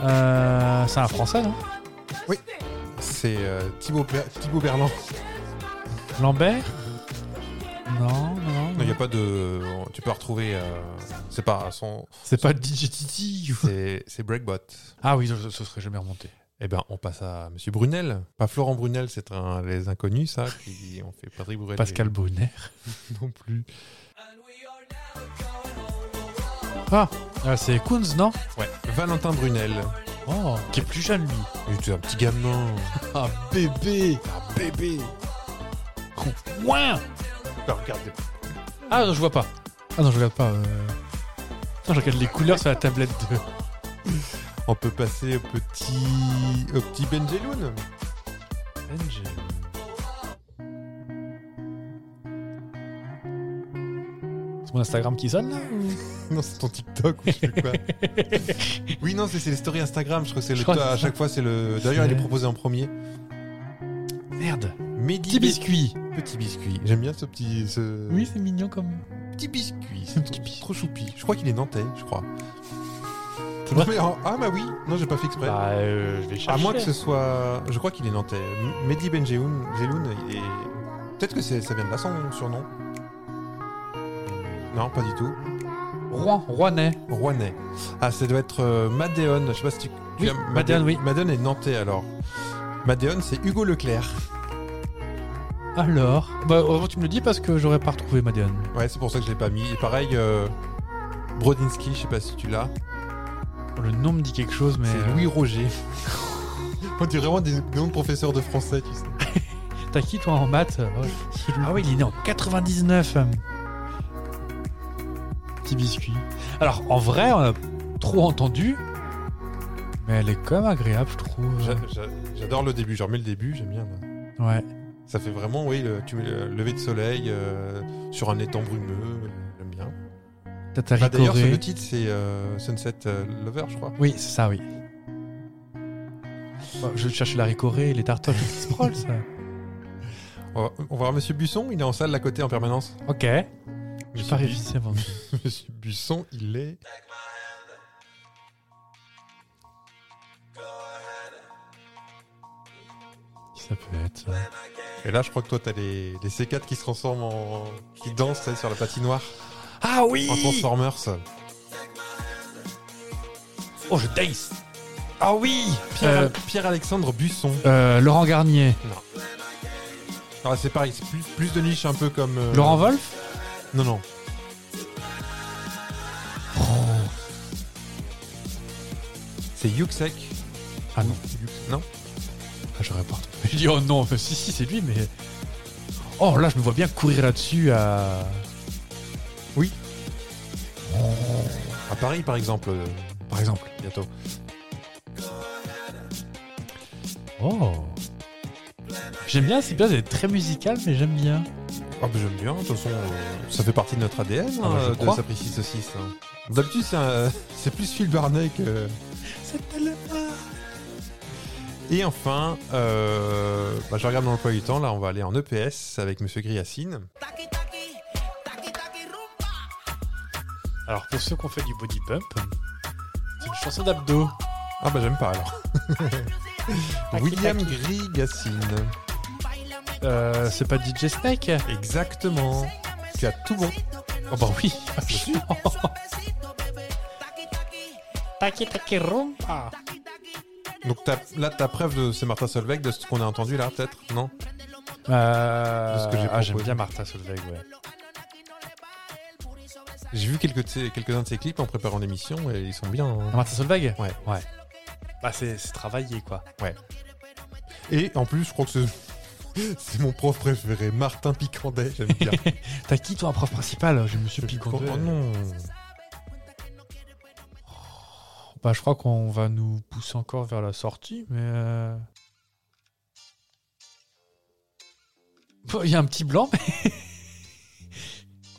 Speaker 5: Euh, c'est un français, non
Speaker 4: C'est euh, Thibaut, Ber- Thibaut Berland.
Speaker 5: Lambert Non, non.
Speaker 4: Non, il n'y a pas de. Tu peux retrouver. euh, C'est pas son.
Speaker 5: C'est pas DJ Titi. ou-
Speaker 4: C'est c'est Breakbot.
Speaker 5: Ah oui, ce, ce serait jamais remonté.
Speaker 4: Eh ben, on passe à Monsieur Brunel. Pas Florent Brunel, c'est un les inconnus, ça. Qui on fait Patrick Bruel.
Speaker 5: Pascal Bonner.
Speaker 4: non plus.
Speaker 5: Ah, ah, c'est Kunz, non
Speaker 4: Ouais. Valentin Brunel.
Speaker 5: Oh, qui est plus jeune, lui.
Speaker 4: Il était un petit gamin.
Speaker 5: Un bébé.
Speaker 4: Un bébé.
Speaker 5: Ouin
Speaker 4: Bah, regarde.
Speaker 5: Ah non, je vois pas. Ah non, je regarde pas. euh. Attends, je regarde les couleurs sur la tablette de.
Speaker 4: On peut passer au petit, au petit Benjeloun.
Speaker 5: C'est mon Instagram qui sonne là
Speaker 4: Non, c'est ton TikTok ou je sais plus quoi. oui, non, c'est c'est les stories Instagram. Je crois que c'est
Speaker 5: Je
Speaker 4: le.
Speaker 5: crois que
Speaker 4: à
Speaker 5: c'est ça.
Speaker 4: chaque fois, c'est le. D'ailleurs, il est
Speaker 5: C'est-
Speaker 4: proposé en premier.
Speaker 5: Merde
Speaker 4: Mehdi
Speaker 5: Petit
Speaker 4: Bé-
Speaker 5: biscuit
Speaker 4: Petit biscuit. J'aime bien ce petit. ce-
Speaker 5: Oui, c'est mignon comme.
Speaker 4: petit biscuit. C'est
Speaker 5: Petit
Speaker 4: trop-
Speaker 5: biscuit.
Speaker 4: trop choupi. Je crois qu'il est nantais, je crois.
Speaker 5: C'est
Speaker 4: Non,
Speaker 5: vrai
Speaker 4: mais en- Ah, bah oui. Non, j'ai pas fait exprès.
Speaker 5: Bah, euh, je vais
Speaker 4: à
Speaker 5: chercher.
Speaker 4: moins que ce soit. Je crois qu'il est nantais. M- Mehdi Benjeloun, Jeloun, il est. Peut-être que c'est- ça vient de là son surnom. Non, pas du tout.
Speaker 5: Rouen, Rouennais.
Speaker 4: Rouennais. Ah, ça doit être euh, Madeon. Je sais pas si tu. tu
Speaker 5: Oui,
Speaker 4: as-
Speaker 5: Madeon, oui.
Speaker 4: Madeon est nantais alors. Madeon, c'est Hugo Leclerc.
Speaker 5: Alors Bah, heureusement, tu me le dis parce que j'aurais pas retrouvé Madeon.
Speaker 4: Ouais, c'est pour ça que je l'ai pas mis. Et pareil, euh, Brodinski, je sais pas si tu l'as.
Speaker 5: Le nom me dit quelque chose, mais.
Speaker 4: C'est
Speaker 5: euh,
Speaker 4: Louis Roger. On dirait vraiment des noms de professeurs de français, tu sais.
Speaker 5: T'as qui toi en maths Oh, je- Ah oui, il est né en 99. euh. Petit biscuit. Alors en vrai, on a trop entendu, mais elle est quand même agréable, je trouve.
Speaker 4: J'a- j'a- J'adore le début. Je remets le début, j'aime bien. là.
Speaker 5: Ouais.
Speaker 4: Ça fait vraiment, oui, le, tu, le lever de soleil euh, sur un étang brumeux. euh, J'aime bien.
Speaker 5: Tata
Speaker 4: Bah, D'ailleurs, sur
Speaker 5: Ricoré.
Speaker 4: le titre, c'est euh, Sunset euh, Lover, je crois.
Speaker 5: Oui, c'est ça, oui. Oh, Je cherche la ricorée, les tartoches, c'est scroll ça.
Speaker 4: On va, on va voir Monsieur Busson. Il est en salle à côté en permanence.
Speaker 5: Ok. J'ai
Speaker 4: Monsieur
Speaker 5: pas
Speaker 4: Bu-
Speaker 5: réussi avant.
Speaker 4: Monsieur Busson, il est.
Speaker 5: Qui ça peut être ça
Speaker 4: Et là, je crois que toi, t'as les, les C4 qui se transforment en. qui dansent tu sais, sur la patinoire
Speaker 5: Ah oui
Speaker 4: en Transformers.
Speaker 5: Oh, je taste Ah oui Euh,
Speaker 4: Pierre-Alexandre Busson.
Speaker 5: euh, Laurent Garnier.
Speaker 4: Alors, Ah, c'est pareil, c'est plus, plus de niche un peu comme. euh,
Speaker 5: Laurent Wolf
Speaker 4: Non, non. C'est Yuxek.
Speaker 5: Ah non.
Speaker 4: Yuxek- Non
Speaker 5: Ah, j'aurais pas retrouvé. Je dis, oh non, mais si, si, c'est lui, mais. Oh là, je me vois bien courir là-dessus à.
Speaker 4: À Paris, par exemple, euh,
Speaker 5: Par exemple.
Speaker 4: bientôt.
Speaker 5: Oh J'aime bien, c'est bien, c'est très musical, mais j'aime bien.
Speaker 4: Ah, bah, j'aime bien, de toute façon, euh, ça fait partie de notre ADN,
Speaker 5: Ah, bah, je
Speaker 4: euh, de
Speaker 5: crois.
Speaker 4: s'apprécier saucisse. hein. D'habitude, c'est un- c'est plus Phil Barnet que.
Speaker 5: C'est tellement.
Speaker 4: Et enfin, euh, bah, je regarde mon emploi du temps. Là, on va aller en EPS avec Monsieur Griassine.
Speaker 5: Alors, pour ceux qui ont fait du body pump, c'est une chanson d'abdos.
Speaker 4: Ah bah j'aime pas alors. William Griassine.
Speaker 5: Euh, c'est pas DJ Snake
Speaker 4: Exactement. Tu as tout bon.
Speaker 5: Oh bah oui Taki taki rumba
Speaker 4: Donc t'as- là, t'as preuve de c'est Martha Solveig de ce qu'on a entendu là, peut-être Non
Speaker 5: euh,
Speaker 4: Parce que j'ai
Speaker 5: Ah, j'aime
Speaker 4: proposé.
Speaker 5: bien Martha Solveig, ouais.
Speaker 4: J'ai vu quelques de ses- quelques-uns de ses clips en préparant l'émission et ils sont bien. hein.
Speaker 5: Ah, Martha Solveig
Speaker 4: Ouais.
Speaker 5: Ouais. Bah, c'est c'est travaillé, quoi.
Speaker 4: Et en plus, je crois que c'est- c'est mon prof préféré, Martin Picandet. J'aime bien.
Speaker 5: T'as qui, toi, un prof principal Je me suis piquanté.
Speaker 4: Oh non.
Speaker 5: Bah, je crois qu'on va nous pousser encore vers la sortie, mais. euh, Bon, Il y a un petit blanc, mais.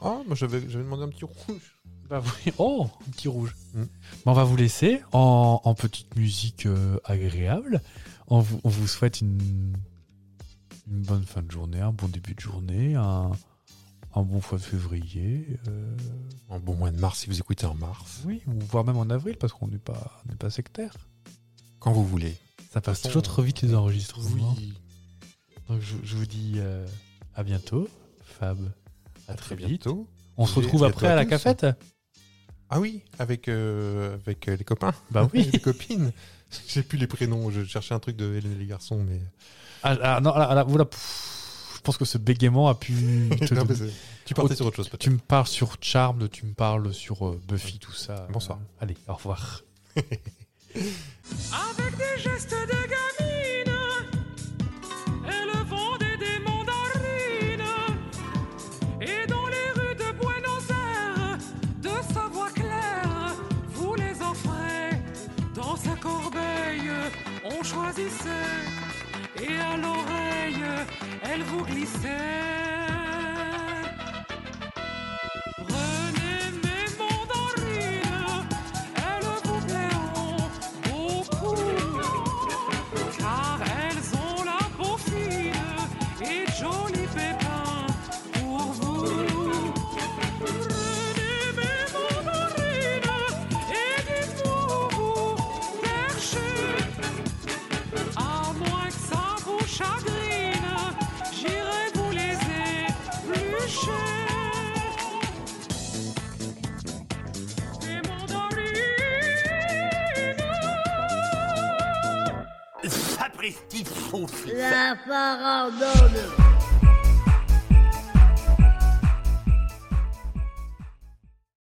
Speaker 4: Ah, moi j'avais j'avais demandé un petit rouge.
Speaker 5: Bah, oui. Oh, un petit rouge.
Speaker 4: Mm.
Speaker 5: Bah, on va vous laisser en, en petite musique euh, agréable. On vous, on vous souhaite une... une bonne fin de journée, un bon début de journée, un, un bon mois de février. euh,
Speaker 4: En bon mois de mars, si vous écoutez en mars,
Speaker 5: Oui, ou voire même en avril, parce qu'on n'est pas, on n'est pas sectaire.
Speaker 4: quand vous voulez. Hein.
Speaker 5: Ça passe Bah, toujours trop vite les enregistrements. Donc je, je vous dis euh, à bientôt, Fab.
Speaker 4: À très
Speaker 5: très vite.
Speaker 4: bientôt.
Speaker 5: On se
Speaker 4: Et
Speaker 5: retrouve
Speaker 4: bientôt
Speaker 5: après
Speaker 4: à
Speaker 5: à la
Speaker 4: tous.
Speaker 5: cafette
Speaker 4: Ah oui, avec, euh, avec euh, les copains.
Speaker 5: Bah oui.
Speaker 4: les copines. J'ai plus les prénoms. Je cherchais un truc de Hélène et les garçons, mais.
Speaker 5: ah, ah, non, ah, ah, oula, pff, je pense que ce bégaiement a pu. te
Speaker 4: Non,
Speaker 5: donner-
Speaker 4: mais c'est- tu partais
Speaker 5: Oh,
Speaker 4: sur autre chose, peut-être.
Speaker 5: tu me parles sur Charmed, tu me parles sur euh, Buffy, tout ça.
Speaker 4: Bonsoir.
Speaker 5: Euh, allez, au revoir.
Speaker 7: avec des gestes de gamine, élevant des démons mandarines, et dans les rues de Buenos Aires, de sa voix claire, on choisissait, et à l'oreille, elle vous glissait. Prenez mes mandarines, elles vous plairont beaucoup, car elles ont la peau fine et joli pépin pour vous. Prenez mes mandarines et dites-moi où vous perchez. À moins que ça vous chagrine, j'irai vous les éplucher. Des mandarines
Speaker 11: Sapristi faux
Speaker 1: La parandonne